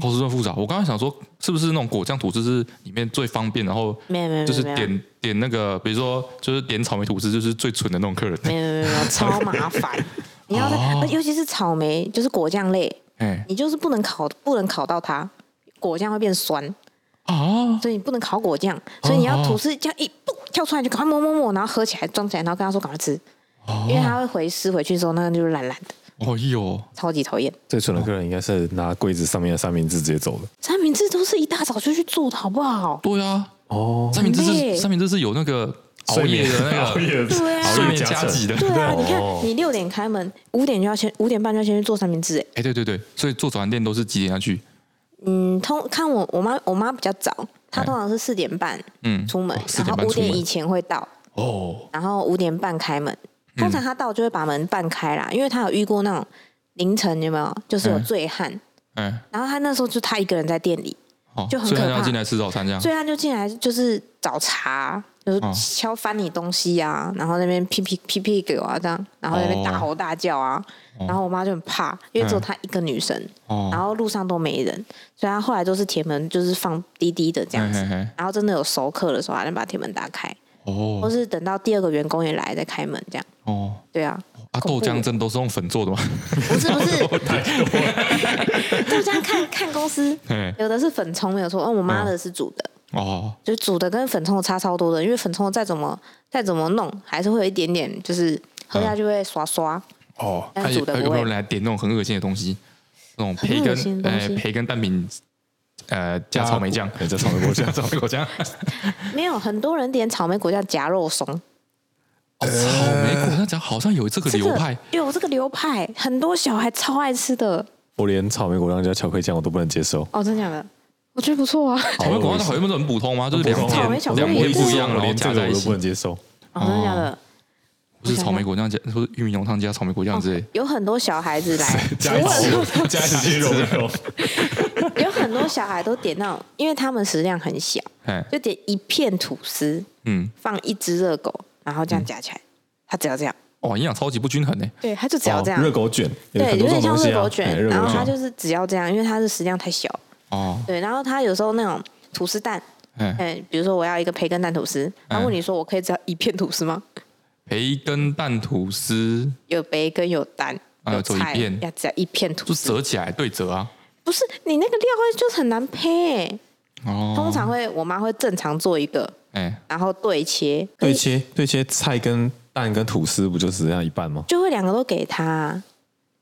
B: 好吃算复杂。我刚才想说，是不是那种果酱吐司是里面最方便，然后
A: 没有没有没有
B: 就是
A: 没有
B: 点点那个，比如说就是点草莓吐司，就是最蠢的那种客人。
A: 没有没有没有，超麻 烦。你要在，
B: 哦
A: 而尤其是草莓，就是果酱类，
B: 哎
A: 你就是不能烤，不能烤到它，果酱会变酸，
B: 啊，
A: 所以你不能烤果酱，所以你要
B: 哦
A: 吐司这样一蹦跳出来就赶快摸摸摸，然后合起来装起来，然后跟他说赶快吃，因为它会回湿回去之后，那个就是烂烂的，
B: 哦哟，
A: 超级讨厌。
C: 最蠢的客人应该是拿柜子上面的三明治直接走的。
A: 三明治都是一大早就去做的好不好？
B: 对啊，
C: 哦，
B: 三明治
A: 很累
B: 是三明治是有那个
A: 啊
B: 熬夜的那
C: 熬
B: 个
C: 夜的
A: 对啊
B: 睡
C: 熬夜
B: 眠加
C: 成
B: 急的。
A: 对啊，
C: 对
A: 你看
C: 哦
A: 你六点开门，五点就要先五点半就要先去做三明治，哎，
B: 哎，对对对，所以做早餐店都是几点要去？
A: 嗯，通看我我妈我妈比较早，她
B: 哎
A: 通常是四点半
B: 嗯
A: 出门
B: 哦，4
A: 然后
B: 点半
A: 五
B: 出
A: 点
B: 门
A: 以前会到，
B: 哦，
A: 然后五点半开门。
B: 嗯
A: 通常她到就会把门半开啦，因为她有遇过那种凌晨有没有，就是有
B: 嗯
A: 醉汉，
B: 哎，
A: 然后她那时候就她一个人在店里，
B: 好，
A: 就很
B: 哦所以他
A: 可怕
B: 要进来吃早餐这样。
A: 醉汉就进来就是找茬，就是
B: 哦
A: 敲翻你东西啊，然后那边屁屁屁屁给我啊这样，然后在那边大
B: 哦
A: 吼大叫啊，然后我妈就很怕，因为只有
B: 嗯
A: 她一个女生，然
B: 哦，
A: 后路上都没人，所以她后来都是铁门就是放低低的这样子
B: 嘿嘿
C: 嗯
B: 嘿，
A: 然后真的有熟客的时候，还能把铁门打开，或
B: 哦
A: 是等到第二个员工也来再开门这样。
B: 哦，
A: 对啊，
B: 啊，
A: 恐
B: 豆
A: 怖
B: 浆真的都是用粉做的吗？
A: 不是不是， 豆浆看看公司，
C: 嗯
B: 哎，
A: 有的是粉冲没有错，哦，我妈
B: 嗯
A: 的是煮的，
B: 哦，
A: 就是煮的跟粉冲的差超多的，因为粉冲的再怎么再怎么弄，还是会有一点点就是喝
C: 嗯
A: 下去会刷刷，
B: 哦，
A: 但
B: 他有
A: 煮得
B: 有
A: 不
B: 没有
A: 会
B: 人来点那种很恶心的东西？那种培
A: 很恶心
B: 根，
A: 的东
B: 哎、
A: 西
B: 培根蛋饼，呃，加
C: 啊
B: 草莓酱，
C: 对加草莓果酱
B: 加 草莓果酱，
A: 没有很多人点草莓果酱夹肉松，
B: 哦，
C: 呃
B: 草莓果酱讲好像有这个
A: 这
B: 流
A: 个
B: 派，
A: 有这个流派，很多小孩超爱吃的
C: 我连草莓果酱加巧克力酱我都不能接受。
A: 哦，真的假的？
D: 我觉得不错啊。
B: 草莓果酱好像不是很普通吗？就是两
C: 普通
A: 草
B: 片
A: 莓巧克
B: 两
A: 力
B: 片
A: 也
B: 不
A: 是
B: 一样，
C: 我
B: 然后
C: 连这
B: 加
C: 个
B: 在
C: 我
B: 一
C: 都
B: 起
C: 不，能 接受。
A: 哦，真的假的？
B: 不是草莓果酱加，或是玉米浓汤加草莓果酱之类。
A: 有很多小孩子来，
C: 加一起，加一起 揉一揉。
A: 有很多小孩都点那种，因为他们食量很小，
B: 哎，
A: 就点一片吐司，
B: 嗯，
A: 放一只热狗，然后这
C: 嗯
A: 样夹起来，他只要这样，
B: 哇，哦营养超级不均衡呢。
A: 对，他就只
B: 哦
A: 要这样，
C: 热狗卷，有
A: 哦对，
C: 很
A: 有
C: 多
A: 点
C: 种
A: 像
C: 东西
A: 热
C: 啊
A: 狗
C: 哎
A: 卷，嗯
C: 热
A: 然
C: 狗
A: 后他
C: 卷，
A: 就是只要这样，因为他的食量太小，
B: 哦，
A: 对，然后他有时候那种吐司蛋。
B: 哎，
A: 嗯，比如说我要一个培根蛋吐司，他
B: 嗯
A: 问你说我可以只要一片吐司吗？
B: 培根蛋吐司
A: 有培根有蛋
B: 啊
A: 有
B: 只有一
A: 菜，
B: 片
A: 要只要一片
B: 就
A: 吐司，
B: 折起来对折啊。
A: 不是你那个料会就是很难配欸。
B: 哦，
A: 通常会我妈会正常做一个，
B: 哎，
A: 然后对切，
C: 对切对切菜跟蛋跟吐司不就只剩下一半吗？
A: 就会两个都给他，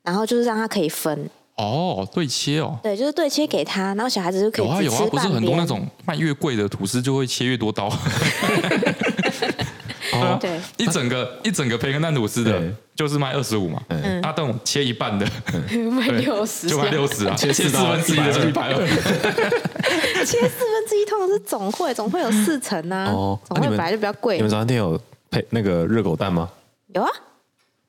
A: 然后就是让他可以分，
B: 哦，对切哦。
A: 对，就是对切给他，然后小孩子就可
B: 有啊
A: 以只
B: 有
A: 吃
B: 啊，
A: 半边。
B: 不是很多那种卖越贵的吐司就会切越 多刀，啊
C: 哦，
A: 对，
B: 一整个一整个培根蛋吐司的
C: 对，
B: 就是卖二十五嘛，
C: 嗯
B: 他这种切一半的
A: 嗯
D: 卖
B: 对
D: 六十，
B: 就卖六十 啊，切四
C: 刀
B: 分之一的就一百二，
A: 切四分之一通常是总会，总会有四成啊，
C: 哦，
A: 总会
C: 那你
A: 本
C: 们
A: 来就比较贵
C: 你们。早餐店有配那个热狗蛋吗？
A: 有啊，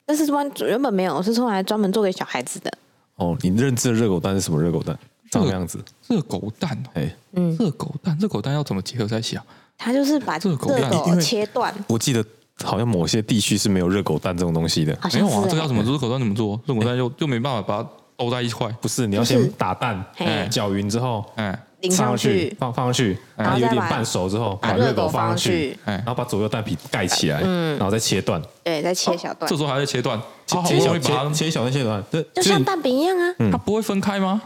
A: 但是专原本没有，是后来专门做给小孩子的。
C: 哦，你认知的热狗蛋是什么热狗蛋？长什么样子？
B: 热狗蛋哦，
C: 哎，
A: 嗯，
B: 热狗蛋，热狗蛋要怎么结合在一起啊？
A: 他就是把
B: 这
A: 热
B: 个口感
A: 狗
C: 因为
A: 切断，
C: 我记得好像某些地区是没有热狗蛋这种东西的。
A: 好
B: 没
A: 像
B: 有
A: 是
B: 啊，这个要
A: 欸
B: 怎么热狗蛋怎么做？热狗蛋又又没办法把它兜在一块，
C: 不是，你要
A: 就是
C: 先打蛋
A: 嘿，
C: 搅匀之后，
B: 哎
A: 淋
C: 上
A: 上
C: 去
A: 去，
C: 放放上去，
A: 然
C: 然
A: 后
C: 后
A: 再
C: 有点
A: 把
C: 半熟之后，
A: 把热
C: 热
A: 狗
C: 狗
A: 放
C: 放上
A: 去嗯
C: 去，
B: 哎
C: 然后把左右蛋皮盖起来，然后再切断，
A: 对，再切小段
B: 这，时候还在切断，
C: 切
B: 它啊好
C: 切
B: 不容
C: 小
B: 易把它
C: 切切小段切小段，这
A: 就
C: 所以
A: 像蛋饼一样啊。
B: 它不会分开吗？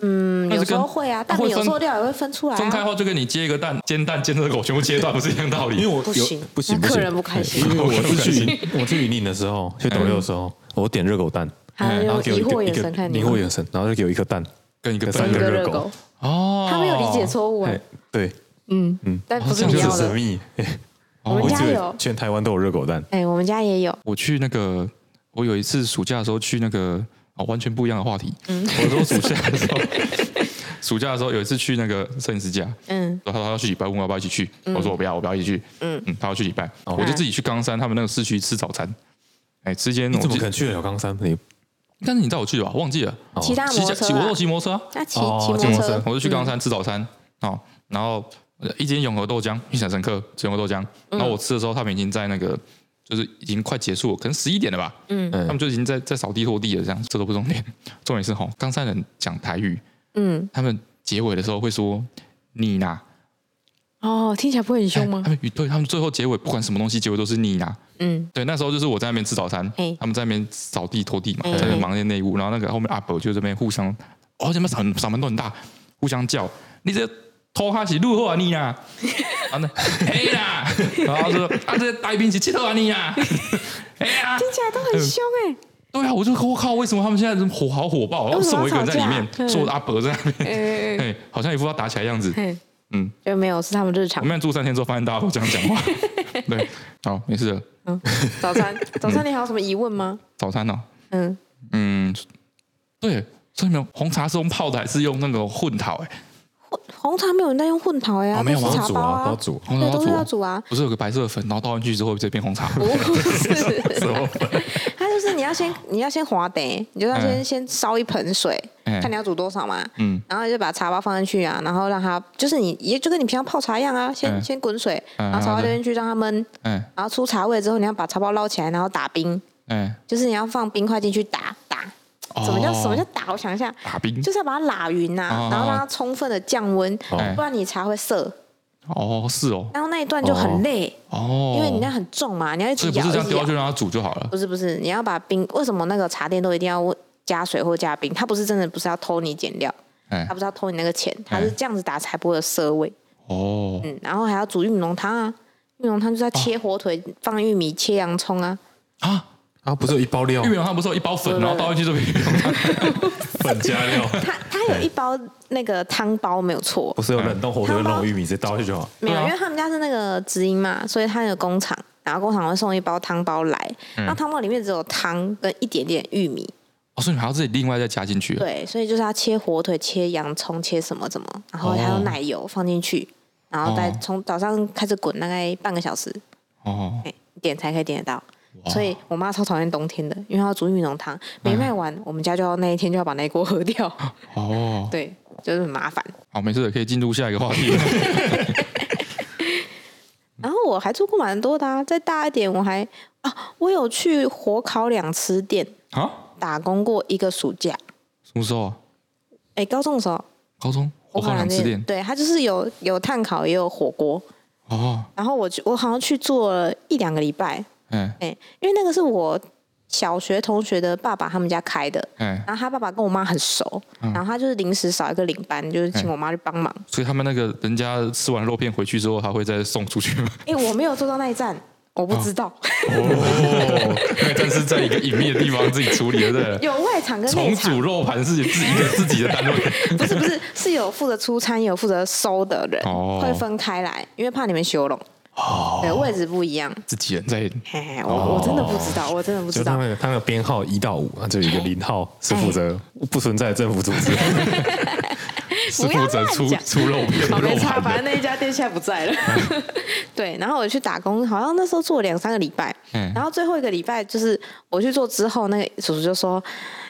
A: 嗯，
B: 哦那
A: 有
B: 就
A: 时候
B: 跟
A: 会啊，
B: 它
A: 蛋
B: 会
A: 饼有时候
B: 分
A: 料也会分出来
B: 分开
A: 啊。
B: 后就跟你接一个蛋 煎蛋煎热狗全部切断， 不是一样道理？
C: 因为我
A: 不
C: 有
A: 行
C: 不行，
A: 那
C: 不
A: 客
C: 行
A: 人不开心
C: 因为我
B: 客人
C: 是
B: 不开心
C: 去云我去云林的时候，去斗六的时候，我点热狗蛋，
A: 他
B: 嗯
A: 用
C: 然后给我
A: 疑
C: 一
A: 惑
C: 个一
A: 眼
C: 个
A: 神看你
C: 疑
A: 们，
C: 惑眼神，然后就给我一颗蛋，
B: 跟一个
C: 跟
B: 蛋
C: 一
D: 一
C: 个
D: 个
C: 热
D: 热
C: 狗
D: 狗，
B: 哦，
A: 他没有理解错误啊
C: 哎。，对，
A: 但不是
B: 这样
A: 你
B: 子
A: 要
C: 很
B: 是
A: 的
C: 神。 秘。嘿
A: 我们
C: 哦我
A: 家
C: 觉
A: 有
C: 得，全台湾都有热狗蛋，
A: 哎、我们家也有，
B: 我去那个，我有一次暑假的时候去那个，哦，完全不一样的话题。
A: 嗯
B: 我说暑假的时 候，暑假的时候有一次去那个摄影师家，
A: 嗯，
B: 然后他要去礼拜，问我要不要一起去，我说我不要，我不要一起去。嗯嗯，他要去礼拜，我就自己去冈山他们那个市区吃早餐。哎，之间
C: 你
B: 我
C: 怎么
B: 记
C: 可能去得了冈山？你
B: 但是你带我去的吧？忘记了。
C: 哦
A: 骑他摩
B: 骑
A: 托
B: 脚骑
A: 车
B: 我
A: 啊
B: 有骑摩托车啊，
A: 那骑骑
C: 哦
A: 摩
C: 骑
A: 托
C: 摩托车
A: 车，
B: 我就去冈山吃早餐哦，然后呃一间永和豆浆印象深刻，吃永和豆浆。然后我吃的时候，他们已经在那个就是已经快结束了，可能十一点了吧，嗯，他们就已经在在扫地拖地了，这样这都不重点，重点是吼，冈山人讲台语，
E: 嗯，
B: 他们结尾的时候会说你呐，
A: 哦，听起来不会很凶吗
B: 他？们语哎对他们最后结尾不管什么东西，结尾都是你呐，
E: 嗯，
B: 对，那时候就是我在那边吃早餐
E: 哎，
B: 他们在那边扫地拖地嘛，
E: 哎
B: 在那边忙那些内务，然后那个后面阿伯就这边互相，哦，这边嗓嗓门都很大，互相叫，你这拖哈是路后啊你啦，啊那嘿啦，然后他说啊这大兵是七头啊你啦，哎呀，
A: 听起来都很凶哎、
B: 对啊，我就我靠，为什么他们现在火好火爆，然后
A: 为什
B: 剩
A: 么
B: 我一个人在里面
A: 要吵架，嗯
B: 剩我的阿伯在那边，
A: 哎
B: 哎，好像一副要打起来的样子，
A: 嘿，
B: 嗯，
E: 就没有是他们日常
A: 嗯
B: 我。们住三天之后发现大家都这样讲 话，对，好，没事了，
A: 早餐，
B: 嗯
A: 早餐你还有什么疑问 吗？
B: 早餐呢？
A: 嗯，
B: 嗯，对，所以没有红茶是用泡的还是用那个混陶、欸？哎，
E: 混红茶没有人在用混
A: 哎
E: 陶呀，
B: 哦没有
E: 都是
C: 要
E: 茶
C: 煮
E: 包
C: 啊，都要
E: 啊，
C: 煮。
B: 红
A: 对，
B: 茶
A: 都是
B: 煮
A: 要
B: 啊，
A: 煮啊。
B: 不是有个白色的粉，然后倒进去之后就变 红茶。
A: 不是，啊
B: 什 么粉？
A: 它就是你要先你要先滑得，你就要先、
B: 嗯
A: 先烧一盆水，
B: 嗯
A: 看你要煮多少嘛。
B: 嗯
A: 然后你就把茶包放进去啊，然后让它就是你也就跟你平常泡茶一样啊，先、
B: 嗯
A: 先滚水，
B: 嗯
A: 然后茶包
B: 好的
A: 丢进去让它焖，
B: 哎
A: 然后出茶味之后，你要把茶包捞起来，然后打冰，
B: 哎，
A: 就是你要放冰块进去打打。
B: 哦
A: 什么叫、什么叫打？我想一下，
B: 打冰？
A: 就是要把它拉匀呐、
B: 哦
A: 然后让它充分的降温，
B: 哎
A: 不然你茶会涩。
B: 哦，是哦，
A: 然后那一段就很累，
B: 哦，
A: 因为你那很重嘛，你要一直
B: 所以不
A: 摇
B: 是这样
A: 一直
B: 丢
A: 摇
B: 下去。让它煮就好了。
A: 不是不是，你要把冰，为什么那个茶店都一定要加水或加冰？它不是真的不是要偷你减料，
B: 哎
A: 它，不是要偷你那个钱，它是这样子打才不会有涩味。
B: 哦，
A: 嗯，然后还要煮玉米浓汤啊，玉米浓汤就是要切火腿、放玉米、切洋葱啊，
B: 啊，
F: 啊，不是有一包料
B: 玉米浓汤不是有一包粉，
A: 对
B: 然后倒进去就变玉米浓汤。
C: 粉加料，
A: 它它有一包那个汤包没有错
C: 不，是有
B: 嗯
C: 冷冻火腿的那种玉米，直接倒下去就好。
A: 没有，
B: 对啊
A: 因为他们家是那个直营嘛，所以他有工厂，然后工厂会送一包汤包来，
B: 嗯
A: 那汤包里面只有汤跟一点点玉米，
B: 哦，所以你还要自己另外再加进去。啊
A: 对，所以就是要切火腿、切洋葱、切什么什么，然后还有
B: 哦
A: 奶油放进去，然后再
B: 哦
A: 从早上开始滚，大概半个小时，
B: 哦，
A: 哎，点才可以点得到。
B: 哇
A: 所以我妈超讨厌冬天的，因为她要煮玉米浓汤，没
B: 嗯
A: 卖完，我们家就要那一天就要把那一锅喝 掉，
B: 哦，
A: 对，就是很麻烦。
B: 好，没事了，可以进入下一个话题了。
A: 然后我还做过蛮多的、啊，再大一点我还啊，我有去火烤两吃店
B: 啊？
A: 打工过一个暑假，
B: 什么时候啊？
A: 哎，高中的时候，
B: 高中火烤两次店。
A: 对，它就是有有炭烤也有火锅，
B: 哦，
A: 然后我去我好像去做了一两个礼拜，
B: 哎
A: 哎，因为那个是我小学同学的爸爸他们家开的。
B: 哎，
A: 然后他爸爸跟我妈很熟，
B: 嗯
A: 然后他就是临时少一个领班，就是请
B: 嗯
A: 我妈去帮忙。
B: 所以他们那个人家吃完肉片回去之后，他会再送出去吗？
A: 哎、我没有做到那一站，我不知道、
B: 哦，那但是在一个隐秘的地方自己处理了，对不对。
A: 有外场跟内
B: 重
A: 场，
B: 组肉盘是自己一个自己的单位，
A: 不是不是，是有负责出餐，有负责收的人、
B: 哦
A: 会分开来，因为怕你们修拢。对，位置不一样。
B: 自己人在
A: 嘿嘿，我、
B: 哦
A: 我真的不知道，我真的不
C: 就
A: 知
C: 他
A: 道。
C: 们他们的编号一到五啊，就有一个零号是负责
A: 哎
C: 不存在的政府组 织，
B: 是负责出
A: 不要乱讲
B: 出肉片
A: 好，没
B: 肉
A: 差，
B: 盘
A: 反
B: 的。
A: 正那一家店现在不在了。对，然后我去打工，好像那时候做了两三个礼拜，
B: 嗯
A: 然后最后一个礼拜就是我去做之后，那个叔叔就说：“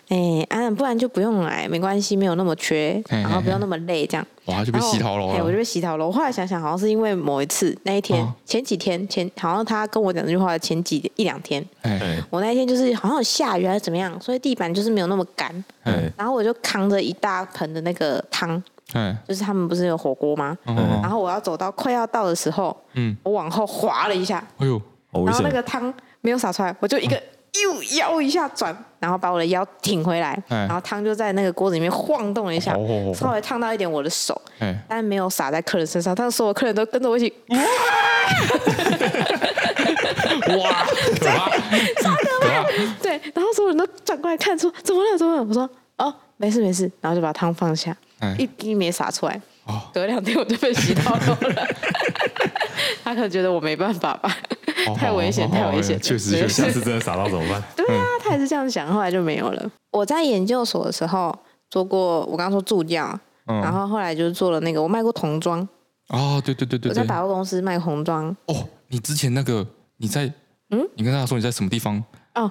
A: 哎、啊，不然就不用来，没关系，没有那么缺，
B: 嘿嘿
A: 然后不用那么累，这样。”
B: 哇，就被洗头
A: 哎、我
B: 了
A: 就。被洗头了。我后来想想，好像是因为某一次那一天、
B: 哦
A: 前几天前，好像他跟我讲这句话的前几一两天，
B: 哎
A: 我那一天就是好像有下雨还是怎么样，所以地板就是没有那么干。
B: 哎
A: 然后我就扛着一大盆的那个汤，
B: 哎，
A: 就是他们不是有火锅吗？然
B: 哦，
A: 后我要走到快要到的时候，
B: 嗯，
A: 我往后滑了一下，
B: 哎呦，
C: 好危
A: 然后那。
C: 险
A: 个汤没有洒出来，我就一个
B: 嗯
A: 又腰一下转，然后把我的腰挺回来，
B: 哎
A: 然后汤就在那个锅子里面晃动了一下
B: 哦，
A: 稍微烫到一点我的手，
B: 哎，
A: 但没有洒在客人身上，但所有客人都跟着我一起，
B: 哇，可怕，可怕，
A: 对，然后所有人都转过来看说怎么了怎么了，我说哦没事没事，然后就把汤放下，
B: 哎
A: 一滴没洒出来
B: 哦，
A: 隔两天我就被洗到头 了，他可能觉得我没办法吧
B: 好，
A: 太危险
B: 好好
A: 太危险了，
B: 哦确实
A: 对
B: 嗯确
C: 下次真的傻到怎么办？
A: 对啊，他也是这样想，后来就没有了。我在研究所的时候做过，我刚刚说助教，
B: 嗯
A: 然后后来就是做了那个，我卖过童装，
B: 哦，对对对对
A: 我在
B: 对，
A: 百货公司卖童装。
B: 哦，你之前那个你在，嗯，你跟大家说你在什么地方？
A: 哦，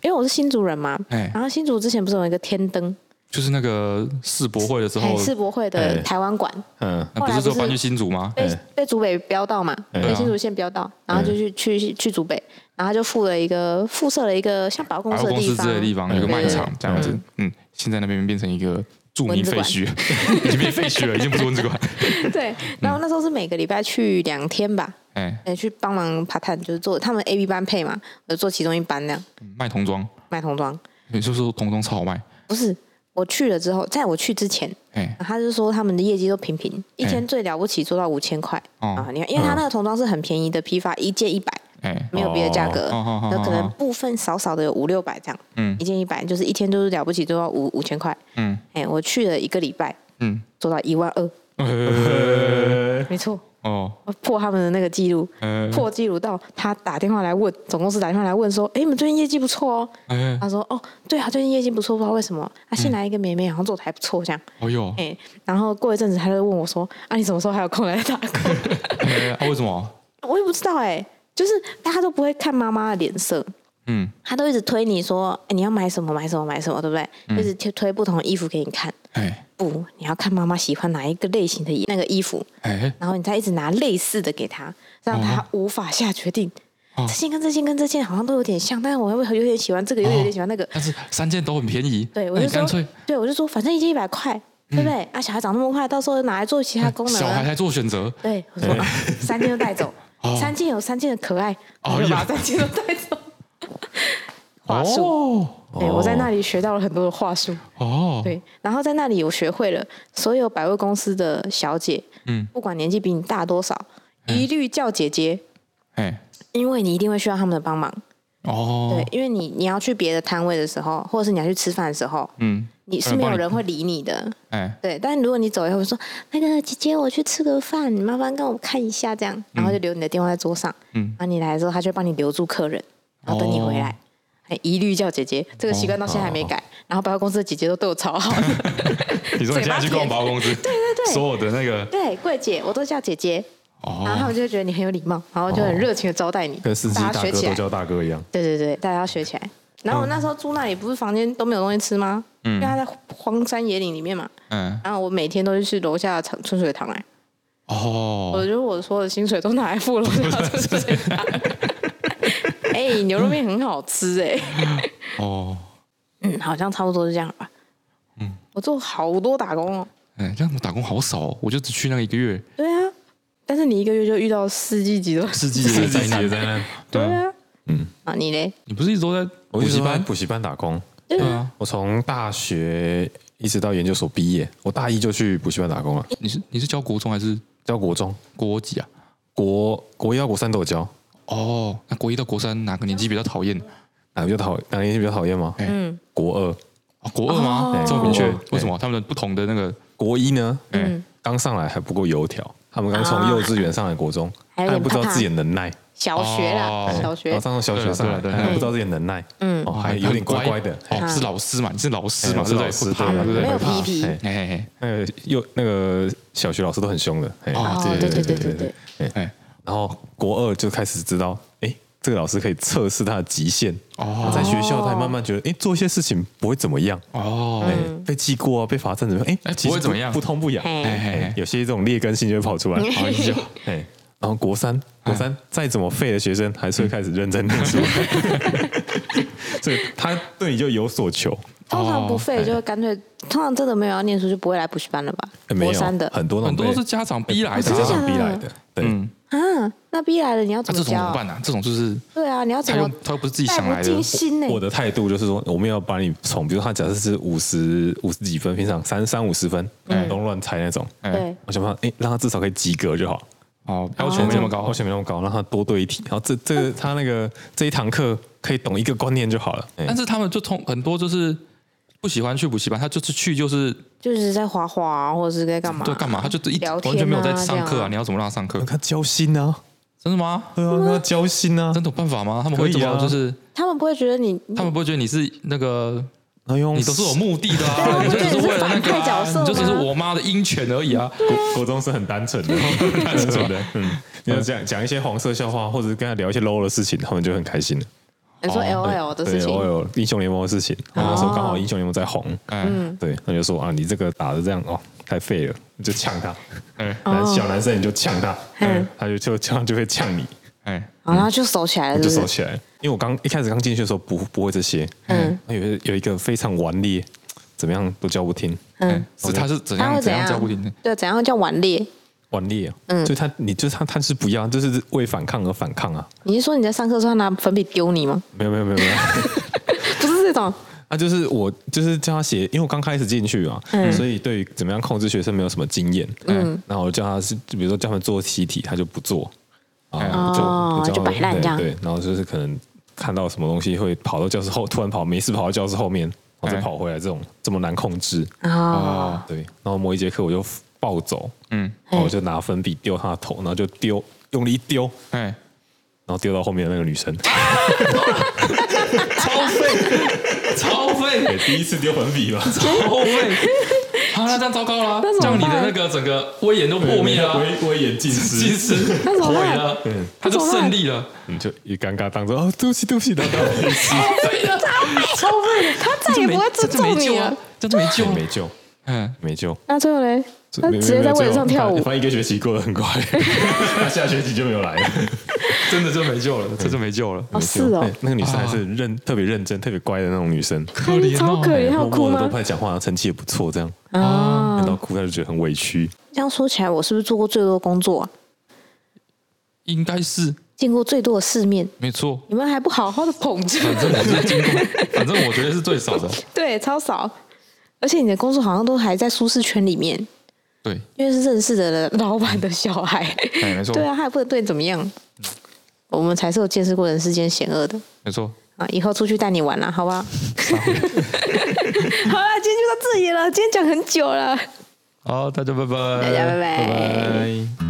A: 因为我是新竹人嘛，
B: 哎
A: 然后新竹之前不是有一个天灯，
B: 就是那个世博会的时候
A: 啊
D: 哎，世博会的
C: 哎
D: 台湾馆
C: 嗯，
B: 那不
D: 后来
B: 是
D: 不
B: 说
D: 是
B: 搬去新竹吗？
D: 被
C: 哎
D: 被竹北标到嘛，
C: 哎
B: 对
D: 被
B: 啊哎
D: 新竹县标到，然后就去去去竹北，然后就附了一个附设了一个像百货公
B: 百
D: 司
B: 货
D: 的
B: 公
D: 地
B: 司之类的地
D: 方，
B: 方，有个卖场这样子。嗯，现在那边变成一个著名废墟， 已经变废墟了，已经不是蚊子馆。
D: 对，
B: 嗯
D: 然后那时候是每个礼拜去两天吧，
B: 哎，
D: 哎，去帮忙爬探，就是做他们 A B 班配嘛，我就做其中一班那样
B: 卖童装，
D: 卖童装，
B: 也就是说童装超好卖。
D: 不是。我去了之后，在我去之前，
B: 哎，
D: 他就说他们的业绩都平平，一
B: 哎
D: 天最了不起做到五千块啊！
B: 哦，
D: 你看，因为他那个童装是很便宜的批发，一件一百，
B: 哎，
D: 没有别的价
B: 哦
D: 格，
B: 哦哦
D: 那可能
B: 哦，
D: 部分少少的有五六百这样，
B: 嗯
D: 一件一百，就是一天就是了不起做到五五千块。
B: 嗯
D: 哎、我去了一个礼拜，
B: 嗯，
D: 做到一万二，
B: 呃
D: 没错，
B: 哦，
D: 我破他们的那个记录，
B: 呃，
D: 破记录到他打电话来问，总公司打电话来问说，哎、你们最近业绩不错哦。
B: 哎，
D: 他说，哦，对啊，最近业绩不错，不知道为什么。啊，新来一个妹妹，好像做的还不错这样。
B: 哦哟，
D: 哎、然后过一阵子，他就问我说，啊，你什么时候还有空来打工？
B: 哎啊为什么？
D: 我也不知道哎、就是他都不会看妈妈的脸色，
B: 嗯，
D: 他都一直推你说，哎、你要买什么买什么买什么，对不对？
B: 嗯
D: 一直推推不同的衣服给你看。
B: 哎
D: 不，你要看妈妈喜欢哪一个类型的那个衣服，
B: 哎，
D: 然后你再一直拿类似的给她，让她无法下决定。
B: 哦
D: 这件跟这件跟这件好像都有点像，但是我又有点喜欢这个，又有点喜欢那个。
B: 哦但是三件都很便宜，
D: 对，我
B: 那
D: 就
B: 你干
D: 说
B: 脆，
D: 对我就说，反正一件一百块，
A: 嗯
D: 对不对？啊，小孩长那么快，到时候拿来做其他功能
B: 嗯小孩
D: 啊。
B: 还做选择，
D: 对，我说、啊、三件就带走，
B: 哦
D: 三件有三件的可爱，
B: 哦
D: 我就把
B: 有
D: 三件都带走。话术，
B: 哦
A: 哎
D: 对哎我在那里学到了很多的话术。
B: 哦，
D: 对，然后在那里我学会了，所有百货公司的小姐，
B: 嗯
D: 不管年纪比你大多少，一律叫姐姐，
B: 哎
D: 因为你一定会需要他们的帮忙。
B: 哦
D: 对，，因为你你要去别的摊位的时候，或者是你要去吃饭的时候，
B: 嗯，
D: 你是没有人会理你的。
B: 哎
D: 对，但如果你走以后说那个姐姐，我去吃个饭，你麻烦跟我看一下这样，然后就留你的电话在桌上，
B: 嗯
D: 然后你来的时候，他就帮你留住客人，然后等你
C: 哦
D: 回来。哎一律叫姐姐，这个习惯到现在还没改。然后百货公司的姐姐都对我超 好，
B: 你说你现在去逛百货公司，对对
D: 对
B: 所有的那个
D: 对，柜姐我都叫姐姐，然后他
B: 哦，
D: 们就会觉得你很有礼貌，然后就很热情的招待你，
C: 跟司机
D: 大
C: 大
D: 家学
C: 哥
D: 起
C: 都
D: 来。
C: 叫嗯大哥一样，
D: 对对对，大家要学起来。然后我那时候住那里，不是房间都没有东西吃吗？
C: 嗯
D: 因为他在荒山野岭里面嘛。
B: 嗯
D: 然后我每天都是去楼下的春春水堂来，我
B: 哦，
D: 觉得我所有的薪水都拿来付楼下的春水 堂。哎、牛肉面很好吃哎、
B: 哦，
D: 嗯，好像差不多是这样吧。嗯，我做好多打工哦。
B: 哎，这样我打工好少哦，我就只去那一个月，
D: 对啊，但是你一个月就遇到四季级的，
C: 世纪
B: 世
C: 也
B: 纪
C: 在
B: 也
C: 也在那，
D: 对
B: 啊，
D: 啊，嗯，啊你嘞？
B: 你不是一直都在
C: 我
B: 补
C: 一直
B: 习
C: 都在
B: 班？
C: 补习班打工，
B: 对啊，
C: 我从大学一直到研究所毕业，我大一就去补习班打工了，
B: 你是你是教国中还是
C: 教国中、
B: 国几啊？
C: 国国一到国三都有教，
B: 哦，那国一到国三哪个年纪比较讨厌？
C: 哪个比较讨哪个年纪比较讨厌吗？
B: 嗯
C: 嗯，国二、
B: 哦，国二吗？
C: 哦
B: 这么明确
C: 对国二？
B: 为什么他们的不同的那个？
C: 国一呢，
B: 嗯
C: 刚上来还不够油条，他们刚从幼稚园上来国中，
D: 啊还有
C: 还
D: 点
C: 不知道
D: 怕怕
C: 自己的能耐。
D: 小学啦，
B: 哦
C: 哎
D: 小学
C: 然后。上到小学上来，
B: 对了对了
C: 还不知道自己的能耐，嗯，哦，还有点乖乖的，哎
B: 哦，是老师嘛？你是老师嘛？
C: 哎
B: 对不对？
C: 老师
B: 会怕嘛对
C: 对
B: 不
D: 没有
B: 对？
D: 批评
C: 哎
B: 哎哎
C: 那个幼那个小学老师都很凶的，哎
B: 哦
D: 对对对对
C: 对哎
B: 哎，
C: 然后国二就开始知道，哎，这个老师可以测试他的极限。
B: 哦
C: 在学校他还慢慢觉得，哎，做一些事情不会怎么样，
B: 哦，
C: 哎，被记过啊，被罚站怎么样？
B: 哎
C: 哎，其实
B: 不会怎么样
C: 不痛不痒。
D: 嗯
B: 哎
D: 嘿
B: 哎
C: 哎
B: 哎，
C: 有些这种劣根性就会跑出来。
B: 哎嗯呀，
C: 哎，然后国三，国三再怎么废的学生，还
B: 嗯
C: 是会开始认真念书， 所以他对你就有所求。
D: 通常不
B: 哦哎
D: 废就会干脆，通常真的没有要念书就不会来补习班了吧？
C: 哎没
D: 国
C: 有
D: 三的
C: 很多那
B: 很
C: 种
B: 多
C: 被
B: 是家长逼来的
C: 哎家
B: 啊。
C: 长逼
D: 真的假的
C: 来的，对，
B: 嗯，
D: 啊，那逼来了你要
B: 那
D: 怎
B: 这种
D: 么
B: 怎
D: 教
B: 么
D: 啊？
B: 办啊？这种就是
D: 对啊，你要怎
B: 他又
D: 么
B: 他又不是自己
D: 带
B: 想
D: 不
B: 来
D: 进
B: 的，
D: 心呢？
C: 我的态度就是说，我们要把你从，比如说他假设是五十五十几分，平常三三五十分，
B: 嗯
C: 都乱猜那种。
B: 哎，
D: 对，
C: 我想办法，哎、让他至少可以及格就好。
B: 哦，要求没那么
C: 要
B: 高，
C: 求没那么高，让他多对一题。然后这 这个他那个这一堂课可以懂一个观念就好了。哎
B: 但是他们就从很多就是不喜欢去补习班，他就是去就是
D: 就是在滑滑啊或者是在干嘛？
B: 对干嘛，他就一直
D: 聊
B: 完
D: 天啊
B: 全没有在上课
D: 这
B: 啊！
D: 样
B: 你要怎么让他上课
C: 跟？他交心啊，
B: 真的吗？
C: 对啊，跟他交心啊，
B: 真的有办法吗？他们会
C: 可
B: 怎
C: 以
B: 么
C: 啊
B: 就是？
D: 他们不会觉得你
B: 他们不会觉得你是那个，
C: 然后用
B: 你都是有目的的
D: 对啊
B: 啊，你就只是为了那
D: 我觉得你是反
B: 个
D: 派角
B: 啊，
D: 色吗
B: 你就只是我妈的鹰犬而已啊。
C: 国国中是很单 纯的，很单 嗯纯的，嗯，你要讲讲一些黄色笑话，或者是跟他聊一些 low 的事情，他们就很开心了。
D: 你说
B: 哦
D: L O L 的事
C: 对，
D: 情，
C: 我有英雄联盟的事情，然后那时候刚好英雄联盟在红，
B: 嗯
C: 对，他就说啊，你这个打的这样哦，太废了，你就呛 他，
B: 哎
C: 男小男生你就呛他，
D: 嗯
C: 他就就这样就会呛你，
B: 哎，
D: 哦然后就收起来
B: 嗯
D: 了，
C: 我就是收
D: 不是？
C: 起来。因为我刚一开始刚进去的时候不不会这些，嗯，有一有一个非常顽劣，怎么样都叫不听，
B: 哎是他是怎
D: 他
B: 样
D: 会
B: 怎
D: 样
B: 样叫不停的，
D: 对，怎样叫顽劣？
C: 顽劣、啊，嗯，就他你就是他他是不要，就是为反抗而反抗啊，
D: 你是说你在上课的时候他拿粉笔丢你吗？
C: 没有没有没有没有。
D: 不是这种，
C: 啊，就是我就是叫他写，因为我刚开始进去嘛，
D: 嗯
C: 所以对于怎么样控制学生没有什么经验。嗯，然后我叫他是，比如说叫他们做习题，他就不做，啊，
B: 嗯
C: 不做，
D: 哦
C: 不叫他
D: 就摆烂
C: 对
D: 这样
C: 对，然后就是可能看到什么东西会跑到教室后，突然跑，没事跑到教室后面，然后再
B: 哎
C: 跑回来，这种这么难控制。啊
D: 哦，
C: 对，然后某一节课我就暴走，
B: 嗯，
C: 然后我就拿粉笔丢他的头，然后就丢，用力一丢，
B: 哎，
C: 然后丢到后面的那个女生。
B: 超费， 超费，
C: 对，第一次丢粉笔嘛，
B: 超 费，啊，那这样糟糕了啊，
D: 那
B: 这
D: 怎
B: 样
D: 么
B: 你
D: 办
B: 的那个整个威严都 破灭 了啊，
C: 威威严尽
B: 其
C: 失。
B: 实
D: 那怎么
B: 毁
D: 办
B: 了
C: 嗯，
B: 他就胜利了，
C: 你就一尴尬当中哦，对不起，对不起，然后
D: 超会，他再也不会
B: 这
D: 尊
B: 就没
D: 重你
B: 救啊
D: 了
B: 了。，这 就没救了
C: 没，救，
B: 嗯，
C: 没救。
D: 那最后嘞，他直接在
B: 啊
D: 位置上跳舞
C: 反，正一个学期过得 很快，他下学期就没有来了。
B: 真的就没救了，这就没救啊了，
D: 哦，是哦
C: 哎，那个女生还是认特别认真、特别乖的那种女生，
B: 可怜
D: 超可怜，
B: 哦，
D: 他有
C: 默
D: 哭
C: 默的都
D: 吗
C: 不？太讲话，成绩也不错，这样
D: 啊，
C: 然后哭，她就觉得很委屈。
D: 这样说起来，我是不是做过最多工作啊，
B: 应该是
D: 见过最多的世面？
B: 没错。
D: 你们还不好好的捧
B: 反
D: 着，
B: 正我是经过，反正我觉得是最少的。
D: 对，超少。而且你的工作好像都还在舒适圈里面，
B: 对，
D: 因为是认识的人老板的小孩，
B: 哎，没错，嗯
D: 对啊，他也不能对你怎么样。我们才是有见识过人世间险恶的
B: 没错。
D: 啊！以后出去带你玩啦，好不 好？好啦，今天就到这里了，今天讲很久了，
B: 好，大家拜拜，
D: 大家拜
B: 拜
D: 拜
B: 拜。